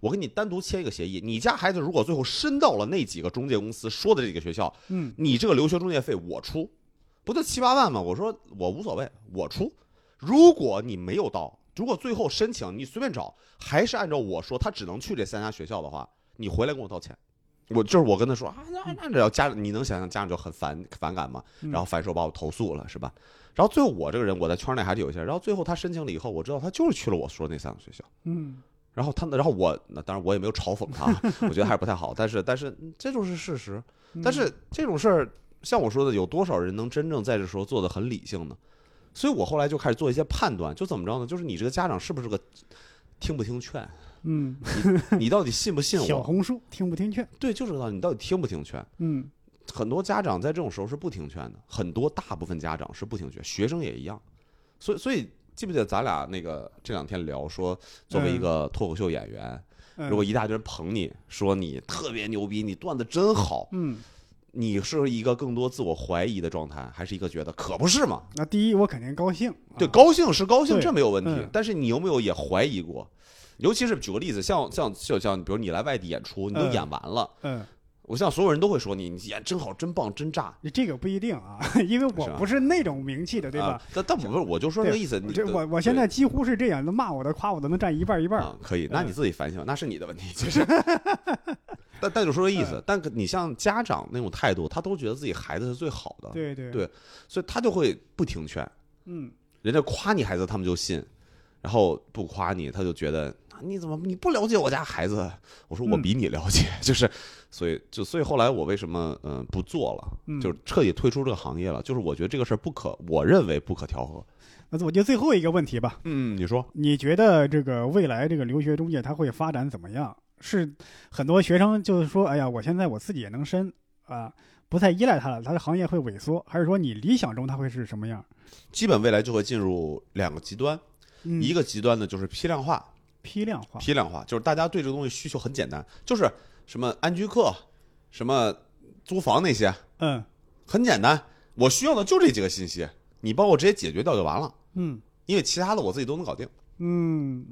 [SPEAKER 2] 我跟你单独签一个协议，你家孩子如果最后申到了那几个中介公司说的这几个学校，
[SPEAKER 1] 嗯
[SPEAKER 2] 你这个留学中介费我出，不就七八万吗？我说我无所谓，我出。如果你没有到，如果最后申请你随便找，还是按照我说他只能去这三家学校的话，你回来跟我道歉。我就是我跟他说啊，那那只要家你能想象家长就很反反感吗？
[SPEAKER 1] 嗯
[SPEAKER 2] 然后反手把我投诉了，是吧？然后最后我这个人我在圈内还是有一些，然后最后他申请了以后，我知道他就是去了我说那三个学校。
[SPEAKER 1] 嗯
[SPEAKER 2] 然后他，然后我，那当然我也没有嘲讽他， <laughs> 我觉得还是不太好。但是，但是嗯这就是事实。但是这种事儿，像我说的，有多少人能真正在这时候做的很理性呢？所以我后来就开始做一些判断，就怎么着呢？就是你这个家长是不是个听不听 <laughs> 劝？
[SPEAKER 1] 嗯，
[SPEAKER 2] 你到底信不信
[SPEAKER 1] 小
[SPEAKER 2] 我？
[SPEAKER 1] 红书听不听劝。
[SPEAKER 2] 对，就是道理，你到底听不听劝？
[SPEAKER 1] 嗯
[SPEAKER 2] 很多家长在这种时候是不听劝的，很多大部分家长是不听劝，学生也一样。所以，所以记不记得咱俩那个这两天聊说，作为一个脱口秀演员，
[SPEAKER 1] 嗯，
[SPEAKER 2] 如果一大堆人捧你说你特别牛逼，你段子真好，
[SPEAKER 1] 嗯，
[SPEAKER 2] 你是一个更多自我怀疑的状态，还是一个觉得可不是嘛？
[SPEAKER 1] 那第一我肯定高兴。
[SPEAKER 2] 对，
[SPEAKER 1] 啊
[SPEAKER 2] 高兴是高兴，
[SPEAKER 1] 对
[SPEAKER 2] 这没有问题
[SPEAKER 1] 嗯。
[SPEAKER 2] 但是你有没有也怀疑过？尤其是举个例子，像像就像比如你来外地演出，你都
[SPEAKER 1] 嗯
[SPEAKER 2] 演完了，
[SPEAKER 1] 嗯，
[SPEAKER 2] 我想所有人都会说你你演真好，真棒，真炸，
[SPEAKER 1] 这个不一定啊， <laughs> 因为
[SPEAKER 2] 是
[SPEAKER 1] 我
[SPEAKER 2] 吧
[SPEAKER 1] 不是那种名气的，对吧
[SPEAKER 2] 啊？？但但我不是，我就说这个
[SPEAKER 1] 对
[SPEAKER 2] 意思。你
[SPEAKER 1] 这我我现在几乎是这样，能骂我的、夸我的，能占一半一半。
[SPEAKER 2] 啊，可以，那
[SPEAKER 1] 嗯
[SPEAKER 2] 你自己反省，那是你的
[SPEAKER 1] <laughs>
[SPEAKER 2] 问题，其实。 <laughs> 但但就说这意
[SPEAKER 1] 嗯
[SPEAKER 2] 思，但你像家长那种态度，他都觉得自己孩子是最好的，
[SPEAKER 1] 对对
[SPEAKER 2] 对所以他就会不听劝，
[SPEAKER 1] 嗯
[SPEAKER 2] 人家夸你孩子，他们就信，然后不夸你，他就觉得啊你怎么你不了解我家孩子？我说我
[SPEAKER 1] 嗯
[SPEAKER 2] 比你了解， <laughs> 就是，所以就所以后来我为什么嗯、呃不做了，
[SPEAKER 1] 嗯，
[SPEAKER 2] 就是彻底退出这个行业了，就是我觉得这个事儿不可，我认为不可调和。
[SPEAKER 1] 那我就最后一个问题吧，
[SPEAKER 2] 嗯，你说
[SPEAKER 1] 你觉得这个未来这个留学中介它会发展怎么样？是很多学生就是说，哎呀，我现在我自己也能申啊，不再依赖它了，它的行业会萎缩，还是说你理想中它会是什么样？
[SPEAKER 2] 基本未来就会进入两个极端，
[SPEAKER 1] 嗯，
[SPEAKER 2] 一个极端呢就是批量化，
[SPEAKER 1] 批量化，
[SPEAKER 2] 批量化就是大家对这个东西需求很简单，就是什么安居客，什么租房那些，
[SPEAKER 1] 嗯
[SPEAKER 2] 很简单，我需要的就这几个信息，你帮我直接解决掉就完了，
[SPEAKER 1] 嗯
[SPEAKER 2] 因为其他的我自己都能搞定，
[SPEAKER 1] 嗯，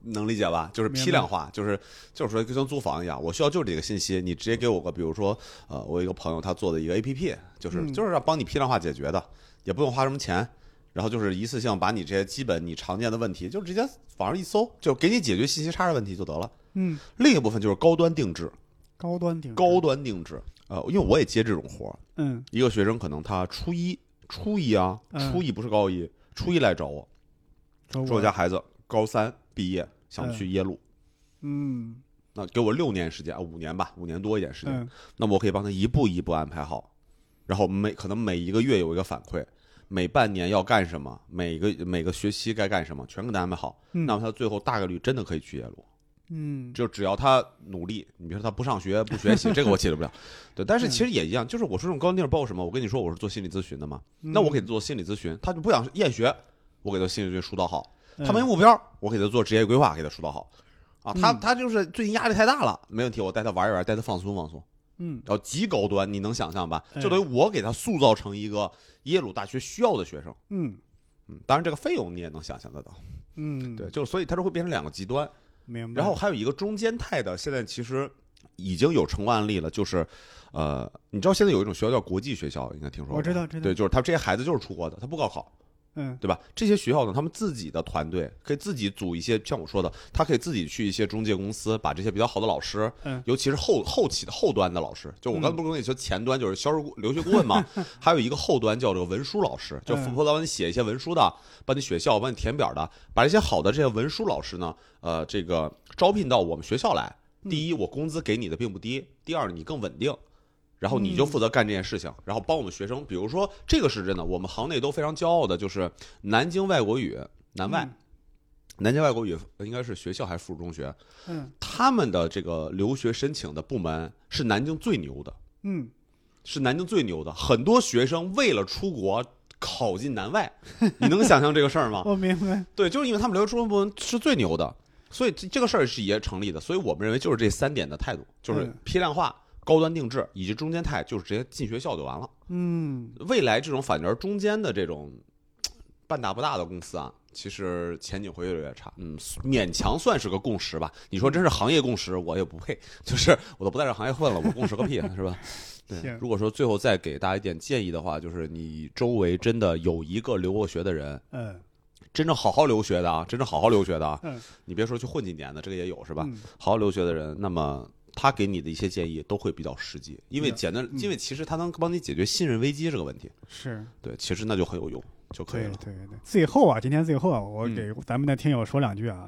[SPEAKER 2] 能理解吧？就是
[SPEAKER 1] 明白
[SPEAKER 2] 批量化，就是就是说就像租房一样，我需要就是这个信息，你直接给我个，比如说呃，我有一个朋友他做的一个 A P P，就是、
[SPEAKER 1] 嗯
[SPEAKER 2] 就是要帮你批量化解决的，也不用花什么钱。然后就是一次性把你这些基本你常见的问题，就直接网上一搜，就给你解决信息差的问题就得了。
[SPEAKER 1] 嗯，
[SPEAKER 2] 另一部分就是高端定制，
[SPEAKER 1] 高端顶
[SPEAKER 2] 高端定制，呃，因为我也接这种活儿，
[SPEAKER 1] 嗯
[SPEAKER 2] 一个学生可能他初一，初一啊，
[SPEAKER 1] 嗯
[SPEAKER 2] 初一不是高一，初一来找我说我家孩子高三毕业想去耶鲁，
[SPEAKER 1] 嗯
[SPEAKER 2] 那给我六年时间啊，五年吧，五年多一点时间，
[SPEAKER 1] 嗯
[SPEAKER 2] 那么我可以帮他一步一步安排好，然后每可能每一个月有一个反馈，每半年要干什么，每个每个学期该干什么，全给他安排好，
[SPEAKER 1] 嗯
[SPEAKER 2] 那么他最后大概率真的可以去耶鲁。
[SPEAKER 1] 嗯
[SPEAKER 2] 就只要他努力，你比如说他不上学不学习，这个我解决不了。 <laughs> 对，
[SPEAKER 1] 嗯
[SPEAKER 2] 但是其实也一样，就是我说这种高端定制包括什么？我跟你说，我是做心理咨询的嘛，那
[SPEAKER 1] 嗯
[SPEAKER 2] 我给他做心理咨询，他就不想厌学，我给他心理咨询疏导好。
[SPEAKER 1] 嗯
[SPEAKER 2] 他没目标，我给他做职业规划，给他疏导好。啊，他
[SPEAKER 1] 嗯
[SPEAKER 2] 他就是最近压力太大了，没问题，我带他玩一玩，带他放松放松。
[SPEAKER 1] 嗯
[SPEAKER 2] 然后极高端，你能想象吧？
[SPEAKER 1] 嗯
[SPEAKER 2] 就等于我给他塑造成一个耶鲁大学需要的学生。
[SPEAKER 1] 嗯
[SPEAKER 2] 嗯，当然这个费用你也能想象得到。
[SPEAKER 1] 嗯，
[SPEAKER 2] 对，，就是所以他就会变成两个极端。
[SPEAKER 1] 明白。
[SPEAKER 2] 然后还有一个中间态的，现在其实已经有成功案例了，就是，呃，你知道现在有一种学校叫国际学校，应该听说过吧
[SPEAKER 1] 我知道知道
[SPEAKER 2] 对，就是他这些孩子就是出国的，他不高考，
[SPEAKER 1] 嗯
[SPEAKER 2] 对吧？这些学校呢，他们自己的团队可以自己组一些，像我说的，他可以自己去一些中介公司，把这些比较好的老师，
[SPEAKER 1] 嗯
[SPEAKER 2] 尤其是后后期的后端的老师，就我刚才
[SPEAKER 1] 嗯
[SPEAKER 2] 不是跟你说前端就是销售顾留学顾
[SPEAKER 1] <laughs>
[SPEAKER 2] 问嘛，还有一个后端叫这个文书老师，就
[SPEAKER 1] 嗯
[SPEAKER 2] 负责帮你写一些文书的，帮你选校，帮你填表的，把这些好的这些文书老师呢，呃，这个招聘到我们学校来。第一，我工资给你的并不低；第二，你更稳定。然后你就负责干这件事情，然后帮我们学生，比如说这个是真的，我们行内都非常骄傲的，就是南京外国语南外，
[SPEAKER 1] 嗯
[SPEAKER 2] 南京外国语应该是学校还是附属中学，
[SPEAKER 1] 嗯
[SPEAKER 2] 他们的这个留学申请的部门是南京最牛的，
[SPEAKER 1] 嗯
[SPEAKER 2] 是南京最牛的。很多学生为了出国考进南外，你能想象这个事儿吗？
[SPEAKER 1] 我明白。
[SPEAKER 2] 对，就是因为他们留学中文部门是最牛的，所以这这个事儿是也成立的。所以我们认为就是这三点的态度，就是
[SPEAKER 1] 嗯
[SPEAKER 2] 批量化、高端定制以及中间态，就是直接进学校就完了。
[SPEAKER 1] 嗯
[SPEAKER 2] 未来这种反而中间的这种嘖半大不大的公司啊，其实前景会越来越差。嗯，勉强算是个共识吧。你说真是行业共识，我也不配，就是我都不在这行业混了，我共识个屁，啊是吧？对
[SPEAKER 1] 行。
[SPEAKER 2] 如果说最后再给大家一点建议的话，就是你周围真的有一个留过学的人，
[SPEAKER 1] 嗯
[SPEAKER 2] 真正好好留学的啊，真正好好留学的啊，
[SPEAKER 1] 嗯，
[SPEAKER 2] 你别说去混几年的，这个也有是
[SPEAKER 1] 是
[SPEAKER 2] 吧？？好好留学的人，那么他给你的一些建议都会比较实际，因为
[SPEAKER 1] 嗯
[SPEAKER 2] 简单，
[SPEAKER 1] 嗯
[SPEAKER 2] 因为其实他能帮你解决信任危机这个问题。
[SPEAKER 1] 是
[SPEAKER 2] 对，其实那就很有用就可以
[SPEAKER 1] 对
[SPEAKER 2] 了。
[SPEAKER 1] 对对。最后啊，今天最后啊，我
[SPEAKER 2] 嗯
[SPEAKER 1] 给咱们的听友说两句啊。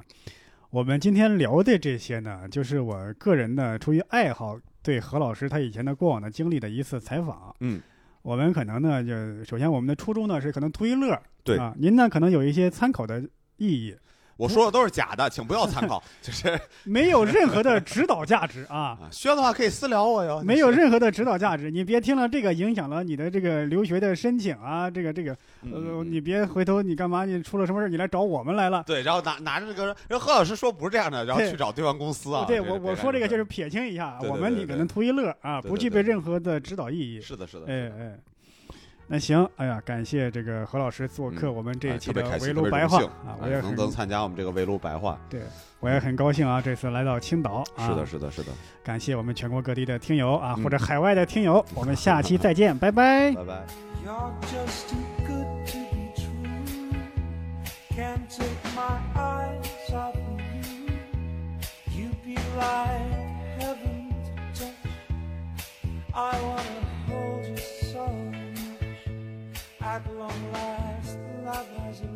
[SPEAKER 1] 我们今天聊的这些呢，就是我个人呢出于爱好对何老师他以前的过往的经历的一次采访。
[SPEAKER 2] 嗯，
[SPEAKER 1] 我们可能呢，就首先我们的初衷呢是可能图一乐儿，
[SPEAKER 2] 对
[SPEAKER 1] 啊，您呢可能有一些参考的意义，
[SPEAKER 2] 我说的都是假的，请不要
[SPEAKER 1] <laughs>
[SPEAKER 2] 参考。就是
[SPEAKER 1] 啊没有任何的指导价
[SPEAKER 2] <laughs>
[SPEAKER 1] 值啊，
[SPEAKER 2] 啊，需要的话可以私聊我哟。
[SPEAKER 1] 没有任何的指导价值，你别听了这个影响了你的这个留学的申请啊，这个这个，
[SPEAKER 2] 嗯
[SPEAKER 1] 呃，
[SPEAKER 2] 嗯
[SPEAKER 1] 你别回头你干嘛？你出了什么事儿你来找我们来了。
[SPEAKER 2] 对，然后拿拿着这个，人何老师说不是这样的，然后
[SPEAKER 1] 对
[SPEAKER 2] 去找对方公司啊。
[SPEAKER 1] 对
[SPEAKER 2] 这
[SPEAKER 1] 我
[SPEAKER 2] 个
[SPEAKER 1] 我
[SPEAKER 2] 别干
[SPEAKER 1] 说这个就
[SPEAKER 2] 这事
[SPEAKER 1] 是撇清一下，
[SPEAKER 2] 对对
[SPEAKER 1] 我们
[SPEAKER 2] 对
[SPEAKER 1] 你
[SPEAKER 2] 对
[SPEAKER 1] 可能图一乐啊，
[SPEAKER 2] 对
[SPEAKER 1] 不
[SPEAKER 2] 对
[SPEAKER 1] 具
[SPEAKER 2] 对
[SPEAKER 1] 备任何的指导意义。
[SPEAKER 2] 是的，是的，
[SPEAKER 1] 哎
[SPEAKER 2] 是的
[SPEAKER 1] 哎，那行，哎呀，感谢这个何老师做客
[SPEAKER 2] 嗯
[SPEAKER 1] 我们这
[SPEAKER 2] 哎
[SPEAKER 1] 一期
[SPEAKER 2] 特
[SPEAKER 1] 的
[SPEAKER 2] 别开心，
[SPEAKER 1] 围
[SPEAKER 2] 特
[SPEAKER 1] 炉
[SPEAKER 2] 别
[SPEAKER 1] 白
[SPEAKER 2] 荣
[SPEAKER 1] 话
[SPEAKER 2] 幸
[SPEAKER 1] 啊，我
[SPEAKER 2] 哎
[SPEAKER 1] 也
[SPEAKER 2] 能
[SPEAKER 1] 很
[SPEAKER 2] 能参加我们这个围炉白话。
[SPEAKER 1] 对，我也很高兴啊，这次来到青岛啊，
[SPEAKER 2] 是的，是的，是的，
[SPEAKER 1] 感谢我们全国各地的听友啊，
[SPEAKER 2] 嗯
[SPEAKER 1] 或者海外的听友，我们下期再见，拜拜。
[SPEAKER 2] 拜拜。
[SPEAKER 3] You're just too good to be true. Can't take my eyes off of you. You be like heaven to touch. I wanna hold you so. At long last, love has arrived.